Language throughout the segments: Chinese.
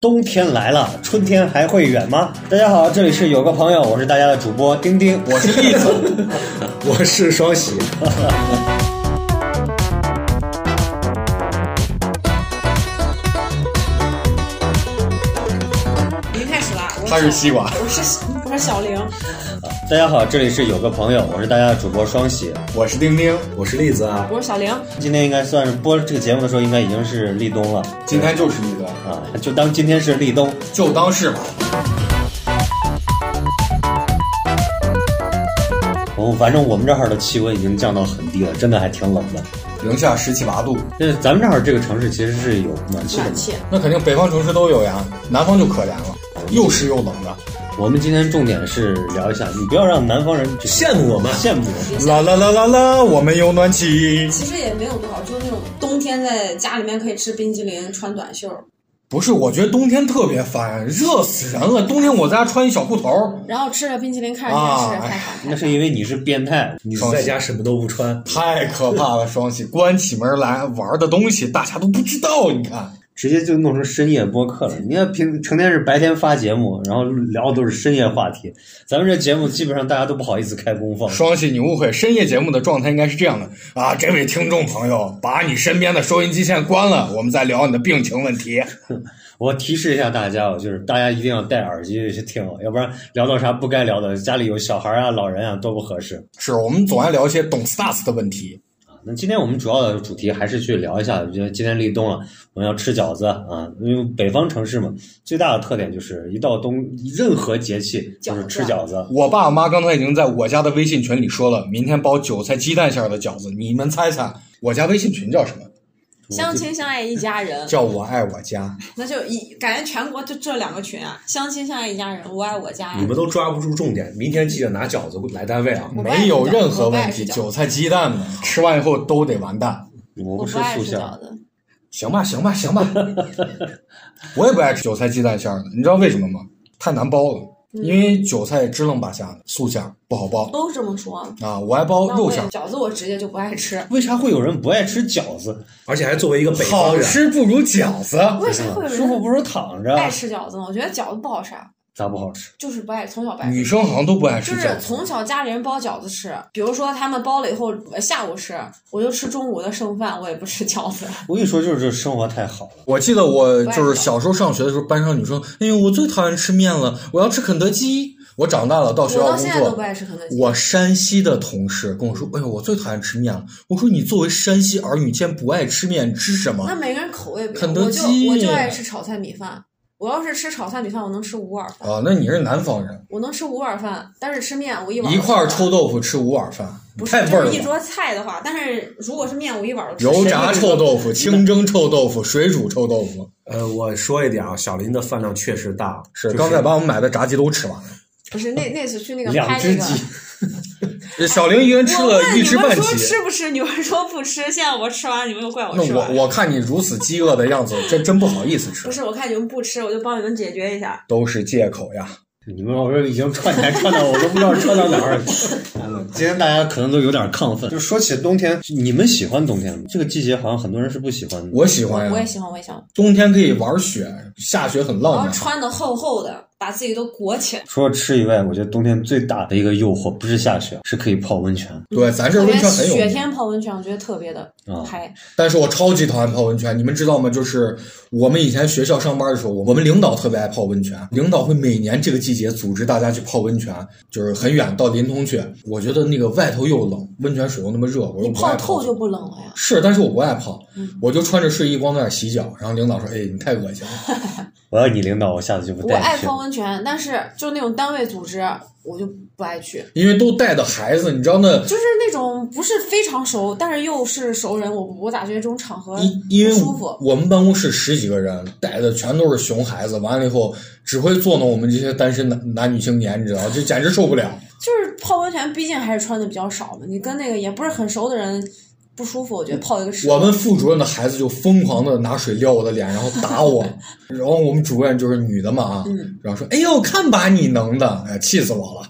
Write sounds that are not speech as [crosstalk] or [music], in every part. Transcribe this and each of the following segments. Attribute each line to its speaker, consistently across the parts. Speaker 1: 冬天来了，春天还会远吗？大家好，这里是有个朋友，我是大家的主播丁丁，我是栗
Speaker 2: [laughs]
Speaker 1: 子。
Speaker 2: 我是双喜，
Speaker 3: 已经开始了。我
Speaker 2: 他是西瓜
Speaker 3: 我是我是小玲，
Speaker 1: 大家好，这里是有个朋友，我是大家的主播双喜。
Speaker 2: 我是丁丁，我是栗子啊。
Speaker 3: 我是小玲。
Speaker 1: 今天应该算是播这个节目的时候，应该已经是立冬了
Speaker 2: 今天就是你的，
Speaker 1: 啊，就当今天是立冬。
Speaker 2: 就当是吧。
Speaker 1: 我、哦反正我们这儿的气温已经降到很低了，真的还挺冷的。
Speaker 2: 零下十七八度，
Speaker 1: 但是咱们这儿这个城市其实是有暖气的
Speaker 3: 暖。气，
Speaker 2: 那肯定北方城市都有呀，南方就可燃了，又湿又冷的。
Speaker 1: 我们今天重点是聊一下，你不要让南方人就是
Speaker 2: 羡慕我们
Speaker 1: 羡慕我。
Speaker 2: 啦啦啦啦啦，我们有暖气。
Speaker 3: 其实也没有多少，就是那种冬天在家里面可以吃冰激凌，穿短袖，
Speaker 2: 不是，我觉得冬天特别烦，热死人了。冬天我在家穿一小裤头儿，
Speaker 3: 然后吃着冰激凌看着电
Speaker 2: 啊
Speaker 3: 视，还好看。
Speaker 1: 那是因为你是变态，你
Speaker 2: 双
Speaker 4: 在
Speaker 2: 喜
Speaker 4: 家什么都不穿，
Speaker 2: 太可怕了。双喜关起门来玩的东西，大家都不知道。你看，
Speaker 1: 直接就弄成深夜播客了。你看平成天是白天发节目，然后聊的都是深夜话题。咱们这节目基本上大家都不好意思开工放。
Speaker 2: 双喜，你误会，深夜节目的状态应该是这样的啊，这位听众朋友，把你身边的收音机线关了，我们再聊你的病情问题。
Speaker 1: 我提示一下大家哦，就是大家一定要戴耳机去听，要不然聊到啥不该聊的，家里有小孩啊、老人啊都不合适。啊
Speaker 2: 是我们总爱聊一些懂 stars 的问题，
Speaker 1: 那今天我们主要的主题还是去聊一下，因为今天立冬了，我们要吃饺子啊。因为北方城市嘛，最大的特点就是一到冬，任何节气就是吃饺子。
Speaker 2: 我爸我妈刚才已经在我家的微信群里说了，明天包韭菜鸡蛋馅儿的饺子，你们猜猜我家微信群叫什么？
Speaker 3: 相亲相爱一家人，
Speaker 2: 叫我爱我家。
Speaker 3: 那就一感觉全国就这两个群啊，相亲相爱一家人，我爱我家
Speaker 4: 你
Speaker 3: 呀。
Speaker 4: 们都抓不住重点。明天记得拿饺子来单位啊！
Speaker 3: 我不爱
Speaker 2: 没有
Speaker 3: 吃饺子
Speaker 2: 任何
Speaker 3: 我不爱
Speaker 2: 问题，
Speaker 3: 吃饺子
Speaker 2: 韭菜鸡蛋呢，吃完以后都得完蛋。
Speaker 1: 我
Speaker 3: 我
Speaker 1: 不吃
Speaker 3: 不爱
Speaker 1: 素
Speaker 3: 吃
Speaker 1: 馅儿
Speaker 3: 饺，子，
Speaker 2: 行吧，行吧，行
Speaker 3: [laughs]
Speaker 2: 吧，我也不爱吃韭菜鸡蛋馅儿的，你知道为什么吗？太难包了，
Speaker 3: 嗯
Speaker 2: 因为韭菜支棱八下的，素馅儿不好包
Speaker 3: 都这么说。
Speaker 2: 啊。我爱包
Speaker 3: 那
Speaker 2: 肉
Speaker 3: 我也
Speaker 2: 馅儿，
Speaker 3: 饺子我直接就不爱吃。
Speaker 1: 为啥会有人不爱吃饺子？
Speaker 4: 而且还作为一个北方
Speaker 2: 好
Speaker 4: 人，
Speaker 2: 吃不如饺子。
Speaker 3: 为啥会有
Speaker 1: 舒服
Speaker 3: 人哎
Speaker 1: 不如躺着，
Speaker 3: 爱吃饺子呢？我觉得饺子不好吃啊，
Speaker 1: 咋不好吃？
Speaker 3: 就是不爱，从小不爱吃。
Speaker 2: 女生好像都不爱吃
Speaker 3: 就
Speaker 2: 饺
Speaker 3: 是
Speaker 2: 子。
Speaker 3: 从小家里人包饺子吃，比如说他们包了以后呃下午吃，我就吃中午的剩饭，我也不吃饺子。
Speaker 1: 我跟你说，就是这生活太好了。
Speaker 2: 我记得我就是小时候上学的时候，班上女生，哎呦，我最讨厌吃面了，我要吃肯德基。我长大了到学
Speaker 3: 我
Speaker 2: 校
Speaker 3: 到
Speaker 2: 哦工
Speaker 3: 现在都不
Speaker 2: 作，
Speaker 3: 爱吃肯德基。
Speaker 2: 我山西的同事跟我说，哎呦，我最讨厌吃面了。我说你作为山西儿女，竟然不爱吃面，你吃什么
Speaker 3: 那？每个人口味不一样，
Speaker 2: 肯德
Speaker 3: 我就
Speaker 2: 基
Speaker 3: 我就爱吃炒菜米饭。我要是吃炒菜米饭，我能吃五碗饭，
Speaker 2: 啊，那你是南方人。
Speaker 3: 我能吃五碗饭。但是吃面，我一碗
Speaker 2: 一块儿臭豆腐吃五碗饭，
Speaker 3: 不是
Speaker 2: 太味儿
Speaker 3: 就是一
Speaker 2: 了。
Speaker 3: 桌菜的话，但是如果是面，我一碗都吃。
Speaker 2: 油炸臭豆
Speaker 3: [laughs]
Speaker 2: 腐、清蒸臭豆腐、水煮臭豆腐，
Speaker 4: 呃，我说一点啊，小林的饭量确实大，
Speaker 2: 是
Speaker 4: 就
Speaker 2: 刚才把我们买的炸鸡都吃完
Speaker 3: [laughs]
Speaker 2: 了。
Speaker 3: 不是那那次去那个
Speaker 1: 两
Speaker 3: 拍
Speaker 1: 只
Speaker 3: 那个，
Speaker 1: 鸡
Speaker 2: 小玲一人吃
Speaker 3: 我
Speaker 2: 了
Speaker 3: 问
Speaker 2: 一
Speaker 3: 你
Speaker 2: 只
Speaker 3: 们
Speaker 2: 半
Speaker 3: 说
Speaker 2: 鸡。
Speaker 3: 吃不吃？你们说不吃，现在我吃完，你们又怪我
Speaker 2: 那
Speaker 3: 吃完。
Speaker 2: 我我看你如此饥饿的样子，这真不好意思吃
Speaker 3: 不，是，我看你们不吃，我就帮你们解决一下。
Speaker 2: 都是借口呀。
Speaker 1: 你们我说已经串台串到我都不知道串到哪儿了。哎今天大家可能都有点亢奋。就说起冬天，你们喜欢冬天吗？这个季节好像很多人是不喜欢的。
Speaker 2: 我喜欢
Speaker 3: 我也
Speaker 2: 呀，
Speaker 3: 喜啊欢，我也喜欢。
Speaker 2: 冬天可以玩雪，下雪很浪
Speaker 3: 然后
Speaker 2: 漫。
Speaker 3: 穿的厚厚的，把自己都裹起来。
Speaker 1: 除了吃以外，我觉得冬天最大的一个诱惑不是下雪，是可以泡温泉
Speaker 2: 对，咱这儿温泉很有
Speaker 3: 雪
Speaker 2: 名，
Speaker 3: 天泡温泉，我觉得特别的
Speaker 1: 啊。
Speaker 3: 嗨。
Speaker 2: 但是我超级讨厌泡温泉。你们知道吗？就是我们以前学校上班的时候，我们领导特别爱泡温泉，领导会每年这个季节组织大家去泡温泉，就是很远到临潼去。我觉得那个外头又冷，温泉水又那么热，我又
Speaker 3: 你
Speaker 2: 不爱
Speaker 3: 泡
Speaker 2: 泡
Speaker 3: 透。就不冷了呀。
Speaker 2: 是，但是我不爱泡
Speaker 3: 嗯，
Speaker 2: 我就穿着睡衣光在那儿洗脚，然后领导说：“哎，你太恶心了。
Speaker 1: 我要你领导，我下次就不
Speaker 3: 我爱
Speaker 1: 带你去。
Speaker 3: 泡温泉，但是就那种单位组织，我就不爱去。”
Speaker 2: 因为都带的孩子，你知道那
Speaker 3: 就是那种不是非常熟，但是又是熟人，我我咋觉得这种场合
Speaker 2: 因因为
Speaker 3: 不舒服？
Speaker 2: 我们办公室十几个人，带的全都是熊孩子，完了以后只会作弄我们这些单身男男女青年，你知道，这简直受不了。
Speaker 3: 就是泡温泉，毕竟还是穿的比较少嘛，你跟那个也不是很熟的人不舒服，我觉得泡一个十
Speaker 2: 我们副主任的孩子就疯狂的拿水撩我的脸，然后打我，然后我们主任就是女的嘛啊，
Speaker 3: 嗯
Speaker 2: 然后说：“哎呦，看把你能的！”哎，气死我了。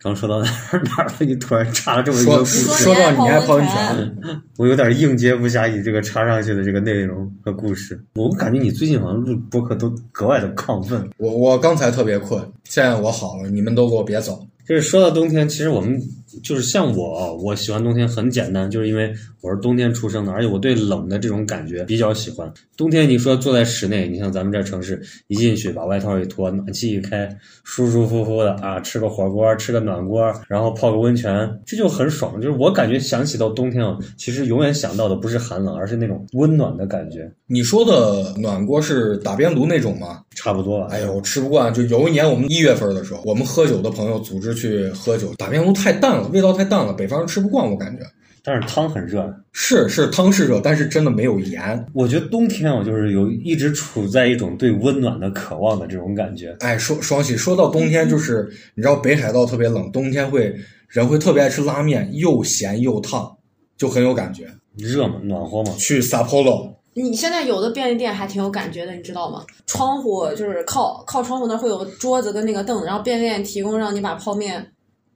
Speaker 1: 刚说到哪儿哪儿了？你突然插了这么一个
Speaker 2: 说
Speaker 1: 故
Speaker 3: 说
Speaker 1: 事，
Speaker 2: 说到你爱
Speaker 3: 爱
Speaker 2: 泡
Speaker 3: 泡
Speaker 2: 温
Speaker 3: 温
Speaker 2: 泉
Speaker 1: 嗯
Speaker 3: 泉，
Speaker 1: 我有点应接不暇你这个插上去的这个内容和故事。我感觉你最近好像录播客都格外的亢奋。
Speaker 2: 我我刚才特别困，现在我好了，你们都给我别走。
Speaker 1: 就是说到冬天，其实我们就是像我，我喜欢冬天很简单，就是因为我是冬天出生的，而且我对冷的这种感觉比较喜欢。冬天你说坐在室内，你像咱们这城市，一进去把外套一脱，暖气一开，舒舒服服的啊，吃个火锅，吃个暖锅，然后泡个温泉，这就很爽。就是我感觉想起到冬天啊，其实永远想到的不是寒冷，而是那种温暖的感觉，
Speaker 2: 你说的暖锅是打边炉那种吗？
Speaker 1: 差不多吧。
Speaker 2: 哎呦，我吃不惯。就有一年我们一月份的时候，我们喝酒的朋友组织去喝酒，打边炉太淡了，味道太淡了，北方人吃不惯，我感觉。
Speaker 1: 但是汤很热，
Speaker 2: 是是汤是热，但是真的没有盐。
Speaker 1: 我觉得冬天我就是有一直处在一种对温暖的渴望的这种感觉。
Speaker 2: 哎，说双喜，说到冬天，就是你知道北海道特别冷，冬天会人会特别爱吃拉面，又咸又烫，就很有感觉。
Speaker 1: 热嘛，暖和嘛。
Speaker 2: 去 Sapporo，
Speaker 3: 你现在有的便利店还挺有感觉的，你知道吗？窗户就是靠靠窗户那儿会有桌子跟那个凳，然后便利店提供让你把泡面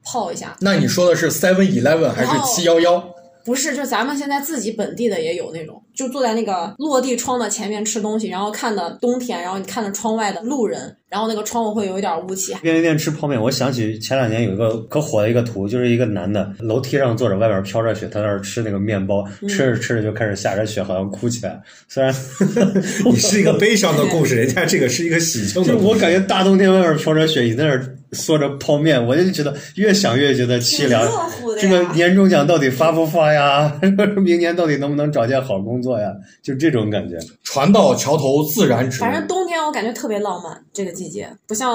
Speaker 3: 泡一下。
Speaker 2: 那你说的是 Seven Eleven 还是
Speaker 3: 哦
Speaker 2: 七幺幺？
Speaker 3: 不是，就咱们现在自己本地的也有那种，就坐在那个落地窗的前面吃东西，然后看的冬天，然后你看着窗外的路人，然后那个窗户会有一点雾气。
Speaker 1: 便利店吃泡面，我想起前两年有一个可火的一个图，就是一个男的楼梯上坐着，外面飘着雪，他在那儿吃那个面包，
Speaker 3: 嗯
Speaker 1: 吃着吃着就开始下着雪，好像哭起来。虽然
Speaker 4: [laughs] 你是一个悲伤的故事，人家这个是一个喜庆
Speaker 1: 就是
Speaker 4: 的故事。
Speaker 1: 我感觉大冬天外面飘着雪，你在那儿嗦着泡面，我就觉得越想越觉得凄凉
Speaker 3: 挺热乎。的呀
Speaker 1: 这个年终奖到底发不发呀？ [laughs] 明年到底能不能找件好工作呀？就这种感觉。
Speaker 2: 船到桥头自然直。
Speaker 3: 反正冬天我感觉特别浪漫，这个季节不像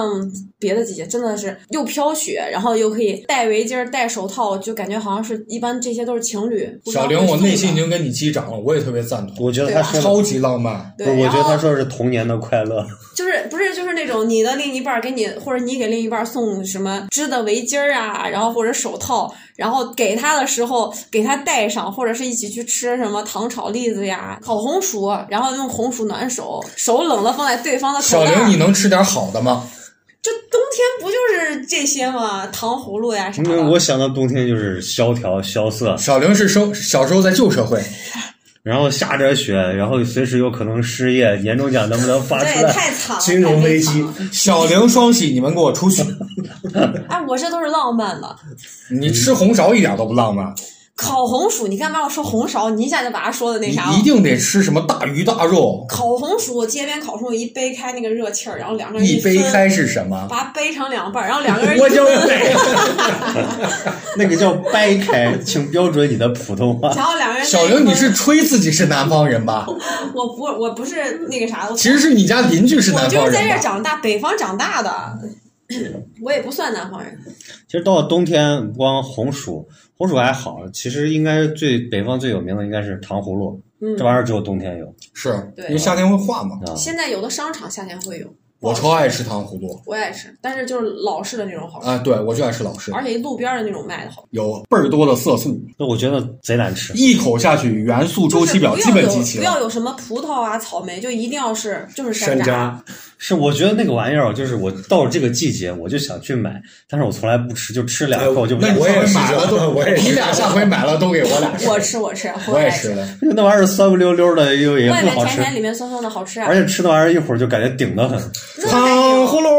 Speaker 3: 别的季节，真的是又飘雪，然后又可以戴围巾儿、戴手套，就感觉好像是一般这些都是情侣。互相
Speaker 2: 小玲，
Speaker 3: 会
Speaker 2: 我
Speaker 3: 送的
Speaker 2: 内心已经跟你击掌了，我也特别赞同，
Speaker 1: 我觉得他说的
Speaker 2: 超级浪漫。
Speaker 1: 不
Speaker 3: 对，啊
Speaker 1: 是，我
Speaker 3: 然
Speaker 1: 觉得
Speaker 3: 后
Speaker 1: 他说的是童年的快
Speaker 3: [laughs]
Speaker 1: 乐。
Speaker 3: 就是不是就是那种你的另一半儿给你或者你给另一半儿送什么织的围巾儿啊，然后或者手套，然后给他的时候给他戴上，或者是一起去吃什么糖炒栗子呀、烤红薯，然后用红薯暖手，手冷了放在对方的口
Speaker 2: 小
Speaker 3: 袋儿。
Speaker 2: 玲，你能吃点好的吗？
Speaker 3: 这冬天不就是这些吗？糖葫芦呀啥
Speaker 1: 因
Speaker 3: 的。
Speaker 1: 为
Speaker 2: 嗯
Speaker 1: 我想到冬天就是萧条、萧瑟，
Speaker 2: 小玲是生小时候在旧社会，
Speaker 1: 然后下着雪，然后随时有可能失业，年终奖能不能发
Speaker 3: 这
Speaker 1: 出
Speaker 3: 也
Speaker 1: 来？
Speaker 3: 太惨了，
Speaker 4: 金融
Speaker 3: 太悲
Speaker 4: 危机
Speaker 3: 惨了。
Speaker 2: 小玲双喜，你们给我出去！
Speaker 3: 哎，我这都是浪漫的，
Speaker 2: [laughs] 你吃红苕一点都不浪漫，
Speaker 3: 烤红薯，你干嘛要说红苕？你一下就把它说的那
Speaker 2: 你
Speaker 3: 啥了。
Speaker 2: 一定得吃什么大鱼大肉。
Speaker 3: 烤红薯，街边烤红薯一掰开那个热气儿，然后两个人
Speaker 2: 一杯
Speaker 3: 分
Speaker 2: 开是什么？
Speaker 3: 把它掰成两半儿，然后两个人
Speaker 2: 我
Speaker 3: 一
Speaker 2: 就
Speaker 3: 分， [laughs]
Speaker 1: 那个叫掰开，请标准你的普通话。
Speaker 3: 然后两个人
Speaker 2: 小
Speaker 3: 一
Speaker 2: 玲，
Speaker 3: 分
Speaker 2: 你是吹自己是南方人
Speaker 3: [laughs]
Speaker 2: 吧？
Speaker 3: 我不我不是那个啥，我
Speaker 2: 其实是你家邻居是
Speaker 3: 我
Speaker 2: 南
Speaker 3: 就
Speaker 2: 方
Speaker 3: 是在
Speaker 2: 人
Speaker 3: 这儿
Speaker 2: 吧？
Speaker 3: 长大，北方长大的，我也不算南方人。
Speaker 1: 其实到了冬天，不光红薯，红薯还好，其实应该最北方最有名的应该是糖葫芦，
Speaker 3: 嗯
Speaker 1: 这玩意儿只有冬天有
Speaker 2: 是
Speaker 3: 对
Speaker 2: 因为夏天会化嘛。
Speaker 1: 啊。
Speaker 3: 现在有的商场夏天会有，
Speaker 2: 我超爱吃糖葫芦
Speaker 3: 我也是，但是就是老式的那种好吃，
Speaker 2: 啊，对我就爱吃老式，
Speaker 3: 而且路边儿的那种卖的好，
Speaker 2: 有倍儿多的色素，
Speaker 1: 那我觉得贼难吃，
Speaker 2: 一口下去元素周
Speaker 3: 就
Speaker 2: 期
Speaker 3: 是
Speaker 2: 表
Speaker 3: 不
Speaker 2: 基
Speaker 3: 要
Speaker 2: 本
Speaker 3: 有
Speaker 2: 集齐
Speaker 3: 不
Speaker 2: 了。
Speaker 3: 要有什么葡萄啊、草莓，就一定要是就是
Speaker 4: 山
Speaker 3: 楂。
Speaker 4: 楂，
Speaker 1: 是我觉得那个玩意儿，就是我到了这个季节我就想去买，但是我从来不吃，就吃两口就不
Speaker 2: [laughs]
Speaker 4: 哎
Speaker 2: 那你
Speaker 1: 想
Speaker 4: 我也
Speaker 2: 下回
Speaker 4: 是
Speaker 2: 买了
Speaker 4: 这样我也
Speaker 2: 都，
Speaker 4: 是
Speaker 2: 你俩下回买了都给我俩吃。
Speaker 3: 我吃我吃，
Speaker 2: 我也
Speaker 3: 也
Speaker 2: 吃
Speaker 3: 吃，
Speaker 2: 的，
Speaker 1: 那玩意儿酸不溜溜的，又也
Speaker 3: 外
Speaker 1: 不
Speaker 3: 面
Speaker 1: 好
Speaker 3: 甜
Speaker 1: 吃，
Speaker 3: 甜，里面酸酸的，好吃啊
Speaker 1: 而。且吃那玩意儿一会儿就感觉顶得很。
Speaker 3: 那
Speaker 2: 糖
Speaker 3: 还有
Speaker 2: 葫芦，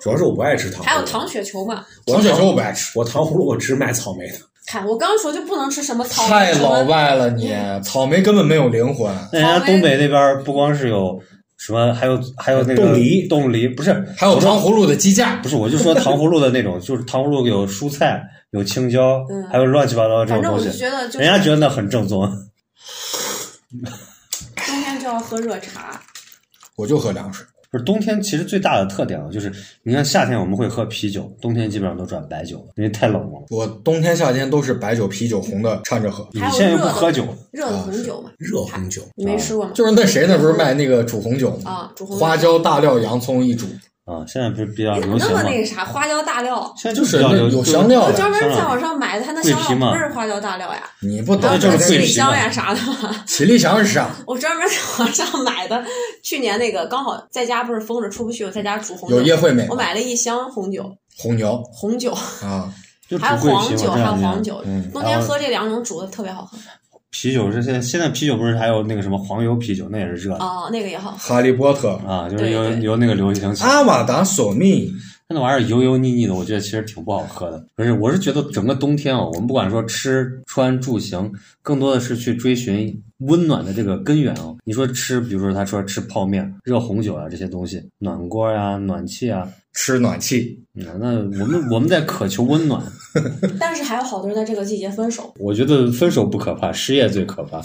Speaker 4: 主要是我不爱吃糖。
Speaker 3: 还有糖，雪球嘛？
Speaker 2: 糖雪球我不爱吃，
Speaker 4: 我糖葫芦我只买草莓的。
Speaker 3: 看我刚说就不能吃什么草莓，
Speaker 2: 太
Speaker 3: 什么
Speaker 2: 老外了你，草莓根本没有灵魂，
Speaker 1: 那人家
Speaker 3: 草莓
Speaker 1: 东北那边儿不光是有什么，还有还有那个
Speaker 4: 冻梨
Speaker 1: 冻梨不是
Speaker 2: 还有糖葫芦的鸡架
Speaker 1: 不，是，我就说糖葫芦的那种，就是糖葫芦有蔬菜、有青椒，
Speaker 3: 嗯
Speaker 1: 还有乱七八糟的这
Speaker 3: 反
Speaker 1: 种
Speaker 3: 正
Speaker 1: 东
Speaker 3: 我就
Speaker 1: 西，
Speaker 3: 觉得，就是
Speaker 1: 人家觉得那很正宗。
Speaker 3: 冬天就要喝热茶，
Speaker 2: 我就喝凉水。
Speaker 1: 就是冬天其实最大的特点啊，就是你看夏天我们会喝啤酒，冬天基本上都转白酒了，因为太冷了。
Speaker 2: 我冬天夏天都是白酒、啤酒、红的掺着喝。
Speaker 1: 你
Speaker 3: 还有
Speaker 1: 现在又
Speaker 3: 热
Speaker 1: 不
Speaker 3: 的
Speaker 1: 喝酒，
Speaker 3: 热的红酒嘛，
Speaker 4: 热红酒，
Speaker 3: 你没吃过吗？
Speaker 2: 就是那谁那不是卖那个煮红酒吗？
Speaker 3: 啊，煮红酒
Speaker 2: 花椒、大料、洋葱一煮，
Speaker 1: 啊，现在不是比较
Speaker 3: 也
Speaker 1: 流
Speaker 3: 不那
Speaker 1: 行
Speaker 3: 么
Speaker 1: 嘛？
Speaker 3: 那个啥，花椒大料，
Speaker 1: 现在
Speaker 2: 就是
Speaker 1: 比较
Speaker 2: 那
Speaker 1: 流
Speaker 2: 有
Speaker 1: 就是
Speaker 2: 香料
Speaker 3: 我
Speaker 2: 的
Speaker 3: 专门
Speaker 1: 香料
Speaker 3: 在网上买的，它那
Speaker 1: 桂
Speaker 3: 香
Speaker 1: 皮
Speaker 3: 料
Speaker 1: 嘛
Speaker 3: 不是花椒大料呀，
Speaker 2: 你不
Speaker 3: 然
Speaker 2: 懂
Speaker 3: 后
Speaker 1: 就是
Speaker 3: 什么
Speaker 1: 桂
Speaker 3: 水
Speaker 1: 皮
Speaker 3: 香
Speaker 1: 嘛
Speaker 3: 呀啥的嘛。
Speaker 2: 秦力祥是啥？
Speaker 3: 我专门在网上买的，去年那个刚好在家不是封着出不去，我在家煮红酒。
Speaker 2: 有叶惠美
Speaker 3: 我买了一箱红酒，
Speaker 2: 红牛
Speaker 3: 红酒
Speaker 2: 啊，
Speaker 1: 就
Speaker 3: 还有
Speaker 1: 煮桂皮嘛，
Speaker 3: 黄酒，
Speaker 1: 这
Speaker 3: 还有
Speaker 1: 两
Speaker 3: 黄
Speaker 1: 年
Speaker 3: 酒。
Speaker 2: 嗯
Speaker 3: 冬
Speaker 1: 然
Speaker 3: 天
Speaker 1: 后
Speaker 3: 喝这两种煮的特别好喝
Speaker 1: 啤酒是现在现在啤酒不是还有那个什么黄油啤酒，那也是热的
Speaker 3: 哦，那个也好喝。
Speaker 2: 哈利波特，
Speaker 1: 啊，就是
Speaker 3: 对
Speaker 1: 由
Speaker 3: 对
Speaker 1: 由那个流行起。
Speaker 2: 阿瓦达索命，
Speaker 1: 那玩意儿油油腻腻的，我觉得其实挺不好喝的。不是，我是觉得整个冬天哦，我们不管说吃穿住行，更多的是去追寻温暖的这个根源哦。你说吃，比如说他说吃泡面、热红酒啊这些东西，暖锅呀、暖气啊，
Speaker 2: 吃暖气，
Speaker 1: 嗯那我们我们在渴求温暖。
Speaker 3: 但是还有好多人在这个季节分手，
Speaker 1: 我觉得分手不可怕，失业最可怕。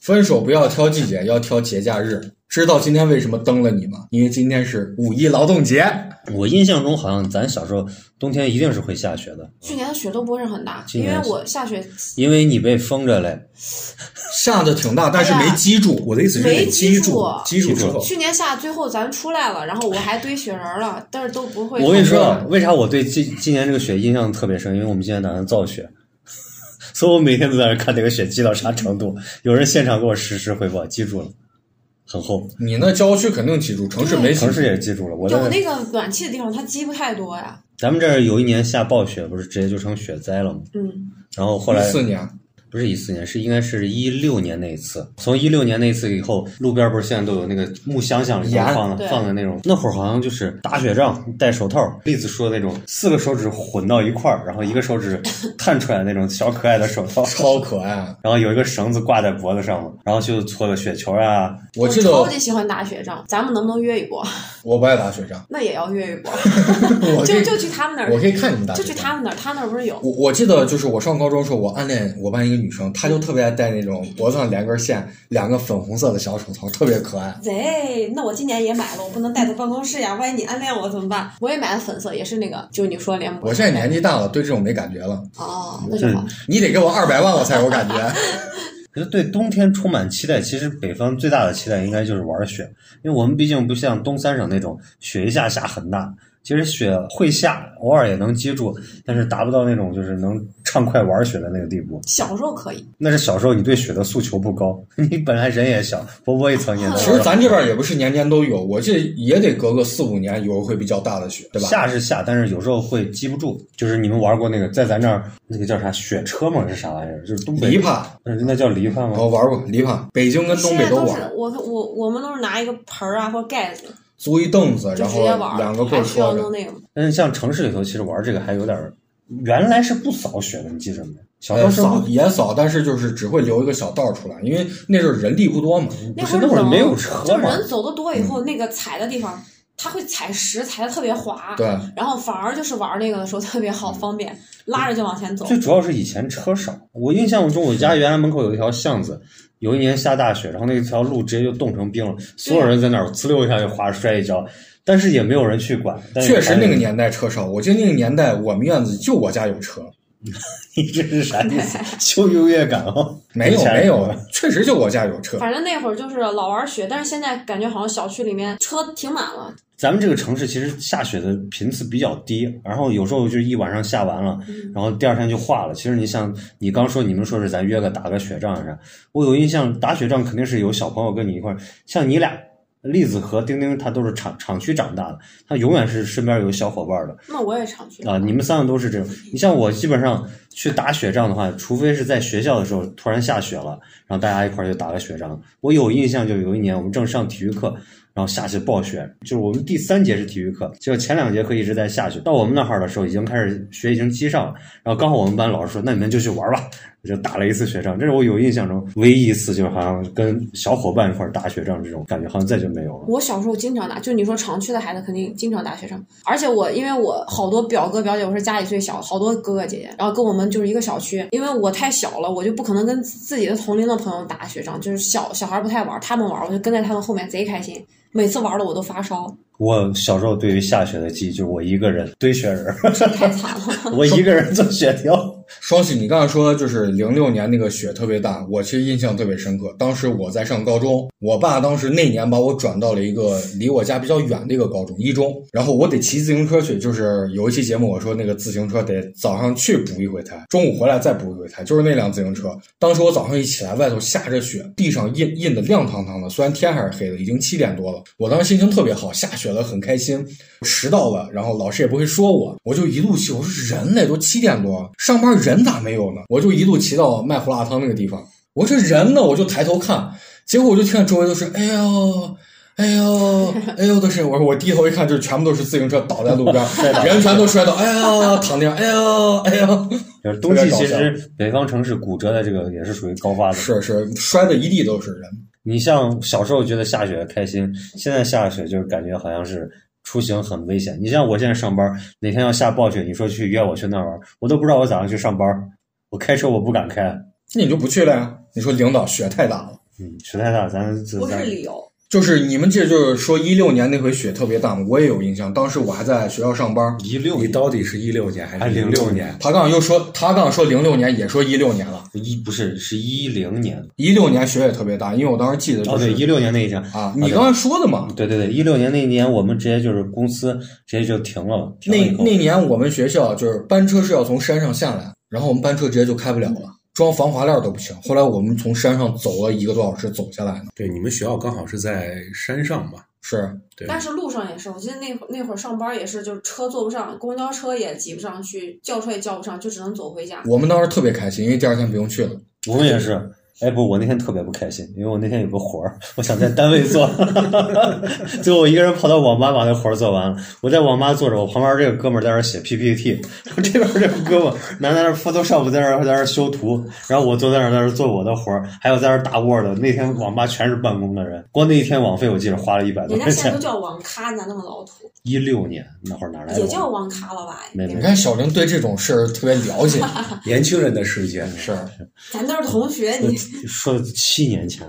Speaker 2: 分手不要挑季节，要挑节假日。知道今天为什么登了你吗？因为今天是五一劳动节。
Speaker 1: 我印象中好像咱小时候冬天一定是会下雪的，
Speaker 3: 去年的雪都不是很大，
Speaker 1: 今
Speaker 3: 因
Speaker 1: 年
Speaker 3: 为
Speaker 1: 是
Speaker 3: 我下雪
Speaker 1: 因为你被封着嘞。
Speaker 2: 下的挺大，但是没积住。
Speaker 4: 我的意思是
Speaker 3: 没
Speaker 4: 得
Speaker 3: 记
Speaker 4: 记
Speaker 3: 住
Speaker 4: 住，记住之后，
Speaker 3: 去年下最后咱出来了，然后我还堆雪人儿了，但是都不会。
Speaker 1: 我跟你说啊，为啥我对今今年这个雪印象特别深？因为我们今年打算造雪， [laughs] 所以我每天都在那看这个雪积到啥程度。有人现场给我实时汇报，记住了，很厚。
Speaker 2: 你那郊区肯定积住，城市没积住
Speaker 1: 城市也记住了。我在
Speaker 3: 有那个暖气的地方，它积不太多呀。
Speaker 1: 咱们这儿有一年下暴雪，不是直接就成雪灾了吗？
Speaker 3: 嗯，
Speaker 1: 然后后来
Speaker 2: 四年，
Speaker 1: 不是一四年，是应该是一六年那一次。从一六年那一次以后，路边不是现在都有那个木箱箱里头
Speaker 2: 盐
Speaker 1: 放的
Speaker 3: 对
Speaker 1: 放的那种，那会儿好像就是打雪仗戴手套，栗子说的那种四个手指混到一块儿，然后一个手指探出来那种小可爱的手套，
Speaker 2: 超可爱。
Speaker 1: 然后有一个绳子挂在脖子上嘛，然后就搓个雪球啊，
Speaker 2: 我记得
Speaker 3: 超级喜欢打雪仗，咱们能不能约一波？ [laughs]
Speaker 2: 我不爱打雪仗，
Speaker 3: 那也要约一波，
Speaker 2: 我可
Speaker 3: 就
Speaker 2: 以
Speaker 3: 就去他们那
Speaker 2: [laughs] 我可
Speaker 3: 儿，
Speaker 2: 以看你们打雪
Speaker 3: 就
Speaker 2: 仗。
Speaker 3: 去他们那儿，他那儿不是有？
Speaker 2: 我我记得就是我上高中的时候，我暗恋我班一个女生，她就特别爱戴那种脖子上连根线、两个粉红色的小手套，特别可爱。
Speaker 3: 贼，那我今年也买了，我不能带到办公室呀，万一你暗恋我怎么办？我也买了粉色，也是那个，就你说连脖。
Speaker 2: 我嗯现在年纪大了，对这种没感觉了。
Speaker 3: 哦，那就好。
Speaker 2: 你得给我二百万，我才有感觉。
Speaker 1: 可是对冬天充满期待，其实北方最大的期待应该就是玩雪，因为我们毕竟不像东三省那种雪一下下很大，其实雪会下，偶尔也能接住，但是达不到那种就是能畅快玩雪的那个地步。
Speaker 3: 小时候可以，
Speaker 1: 那是小时候你对雪的诉求不高， [laughs] 你本来人也小，波波一层也能玩。
Speaker 2: 其实咱这边也不是年年都有，我记得也得隔个四五年有会比较大的雪，对吧？
Speaker 1: 下是下，但是有时候会记不住。就是你们玩过那个，在咱这儿那个叫啥雪车吗？是啥玩意儿？就是东北
Speaker 2: 梨，葩，
Speaker 1: 嗯那叫梨葩吗？
Speaker 2: 我玩过梨葩，北京跟东
Speaker 3: 现
Speaker 2: 北
Speaker 3: 在
Speaker 2: 都
Speaker 3: 都
Speaker 2: 玩
Speaker 3: 是。我我我们都是拿一个盆儿啊或者盖子，
Speaker 2: 租一凳子，然
Speaker 3: 就直
Speaker 2: 后
Speaker 3: 接玩儿，
Speaker 2: 两个棍
Speaker 3: 还
Speaker 2: 儿呃
Speaker 3: 需要
Speaker 2: 戳
Speaker 3: 弄
Speaker 2: 着。
Speaker 3: 那个吗。
Speaker 1: 但是嗯像城市里头，其实玩这个还有点儿，原来是不扫雪的，你记着没？小时候
Speaker 2: 呃，
Speaker 1: 是不
Speaker 2: 扫也扫，但是就是只会留一个小道儿出来，因为那时候人力不多嘛。
Speaker 1: 不
Speaker 3: 会
Speaker 1: 是
Speaker 3: 儿
Speaker 1: 那会儿
Speaker 3: 冷
Speaker 1: 没有车
Speaker 3: 就
Speaker 1: 嘛？
Speaker 3: 人走的多以后，
Speaker 2: 嗯
Speaker 3: 那个踩的地方，它会踩实，踩的特别滑。
Speaker 2: 对，嗯
Speaker 3: 然后反而就是玩那个的时候 [laughs] 特别好方便，拉着就往前走。
Speaker 1: 最主要是以前车少，我印象中我家原来门口有一条巷子，有一年下大雪，然后那条路直接就冻成冰了，所有人在那儿呲溜一下就滑摔一跤，但是也没有人去管。但是
Speaker 2: 确实那个
Speaker 1: 你
Speaker 2: 年代车少，我记得那个年代我们院子就我家有车，
Speaker 1: 你这是啥意思？ [laughs] 秀优越感哦？
Speaker 2: 没有
Speaker 1: 以前
Speaker 2: 没有，确实就我家有车。
Speaker 3: 反正那会儿就是老玩雪，但是现在感觉好像小区里面车停满了，
Speaker 1: 咱们这个城市其实下雪的频次比较低，然后有时候就一晚上下完了，然后第二天就化了。其实你像你刚说你们说是咱约个打个雪仗啥，我有印象打雪仗肯定是有小朋友跟你一块儿，像你俩。栗子和丁丁，他都是厂厂区长大的，他永远是身边有小伙伴的
Speaker 3: 那我也常去。
Speaker 1: 啊！你们三个都是这种。你像我，基本上去打雪仗的话，除非是在学校的时候突然下雪了，然后大家一块儿就打个雪仗。我有印象，就有一年我们正上体育课，然后下起暴雪，就是我们第三节是体育课，结果前两节课一直在下雪。到我们那儿的时候，已经开始雪已经积上了。然后刚好我们班老师说：“那你们就去玩吧。”我就打了一次雪仗，这是我有印象中唯一一次，就是好像跟小伙伴一块儿打雪仗这种感觉，好像再就没有了。
Speaker 3: 我小时候经常打，就你说常去的孩子肯定经常打雪仗，而且我因为我好多表哥表姐，我是家里最小，好多哥哥姐姐，然后跟我们就是一个小区，因为我太小了，我就不可能跟自己的同龄的朋友打雪仗，就是小小孩不太玩，他们玩我就跟在他们后面贼开心，每次玩的我都发烧，
Speaker 1: 我小时候对于下雪的记忆，就是我一个人堆雪人儿， [laughs]
Speaker 3: [laughs] 太惨了。 [laughs]
Speaker 1: 我一个人做雪条。
Speaker 2: 双喜，你刚才说就是零六年那个雪特别大，我其实印象特别深刻。当时我在上高中，我爸当时那年把我转到了一个离我家比较远的一个高中，一中。然后我得骑自行车去，就是有一期节目我说那个自行车得早上去补一回胎，中午回来再补一回胎，就是那辆自行车。当时我早上一起来，外头下着雪，地上印印的亮堂堂的，虽然天还是黑的，已经七点多了。我当时心情特别好，下雪了很开心，迟到了，然后老师也不会说我，我就一路骑，我说人嘞，都七点多了，上班人咋没有呢？我就一路骑到卖胡辣汤那个地方，我这人呢，我就抬头看，结果我就听见周围都是哎呦。哎呦，哎呦，都是我！我低头一看，就是全部都是自行车倒 [laughs] 在路边，人全都摔倒，哎呀，躺地上，哎呀，哎呀，
Speaker 1: 就是冬季，其实北方城市骨折的这个也是属于高发的。
Speaker 2: 是是，摔的一地都是人。
Speaker 1: 你像小时候觉得下雪开心，现在下雪就是感觉好像是出行很危险。你像我现在上班，哪天要下暴雪，你说去约我去那儿玩，我都不知道我早上去上班，我开车我不敢开。
Speaker 2: 那你就不去了呀？你说领导雪太大了，
Speaker 1: 嗯，雪太大，咱咱
Speaker 3: 不是理由。
Speaker 2: 就是你们这就是说一六年那回雪特别大嘛，我也有印象，当时我还在学校上班。
Speaker 4: 一六，你到底是一六年还
Speaker 1: 还
Speaker 4: 是
Speaker 1: 06
Speaker 4: 六年？
Speaker 2: 他刚刚又说，他刚刚说零六年，也说一六年了。
Speaker 1: 一不是是一零年
Speaker 2: 一六年雪也特别大，因为我当时记得
Speaker 1: 哦，
Speaker 2: 就是、
Speaker 1: 对，一六年那一年
Speaker 2: 啊，你刚才说的嘛，
Speaker 1: 对对对，一六年那一年我们直接就是公司直接就停了嘛，停了
Speaker 2: 那
Speaker 1: 以后
Speaker 2: 那年我们学校就是班车是要从山上下来，然后我们班车直接就开不了了，装防滑链都不行。后来我们从山上走了一个多小时走下来呢，
Speaker 4: 对，你们学校刚好是在山上嘛？
Speaker 2: 是
Speaker 4: 对，
Speaker 3: 但是路上也是，我记得那会儿那会儿上班也是，就是车坐不上，公交车也挤不上去，轿车也叫不上，就只能走回家。
Speaker 2: 我们当时特别开心，因为第二天不用去了。
Speaker 1: 我们也是。哎不，我那天特别不开心，因为我那天有个活儿，我想在单位做， [laughs] 最后我一个人跑到网吧把那活儿做完了。我在网吧坐着，我旁边这个哥们儿在那儿写 PPT，然 [laughs] 后这边这个哥们儿拿在那儿 Photoshop 在那儿在那儿修图，然后我坐在那儿在那儿做我的活儿，还有在那儿打 Word。那天网吧全是办公的人，光那一天网费我记得花了一百多
Speaker 3: 人家
Speaker 1: 块
Speaker 3: 现在
Speaker 1: 钱
Speaker 3: 都。叫网咖，你咋那么老土？
Speaker 1: 一六年那会儿哪来的
Speaker 3: 也
Speaker 1: 网？
Speaker 3: 叫网咖了吧？
Speaker 1: 哎没没
Speaker 2: 你看小玲对这种事儿特别了
Speaker 3: [laughs]
Speaker 2: 解，
Speaker 4: 年轻人的世界。
Speaker 2: 是
Speaker 3: 咱都是同学，你
Speaker 1: 说七年前，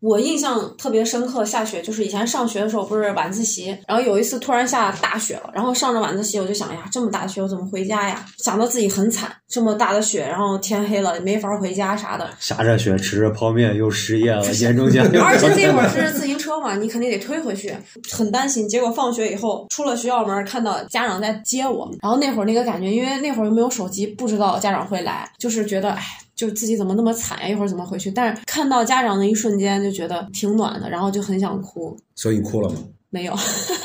Speaker 3: 我印象特别深刻，下雪就是以前上学的时候，不是晚自习，然后有一次突然下大雪了，然后上着晚自习，我就想哎呀，这么大雪我怎么回家呀？想到自己很惨，这么大的雪，然后天黑了没法回家啥的。
Speaker 1: 下着雪吃着泡面又失业了，严重 [laughs] 奖又
Speaker 3: 而且那会儿
Speaker 1: 儿
Speaker 3: 是自行车嘛，你肯定得推回去，很担心。结果放学以后出了学校门，看到家长在接我，然后那会儿那个感觉，因为那会儿又没有手机，不知道家长会来，就是觉得哎。就自己怎么那么惨呀？一会儿怎么回去？但是看到家长的一瞬间，就觉得挺暖的，然后就很想哭。
Speaker 4: 所以你哭了吗？
Speaker 3: 没有， [laughs]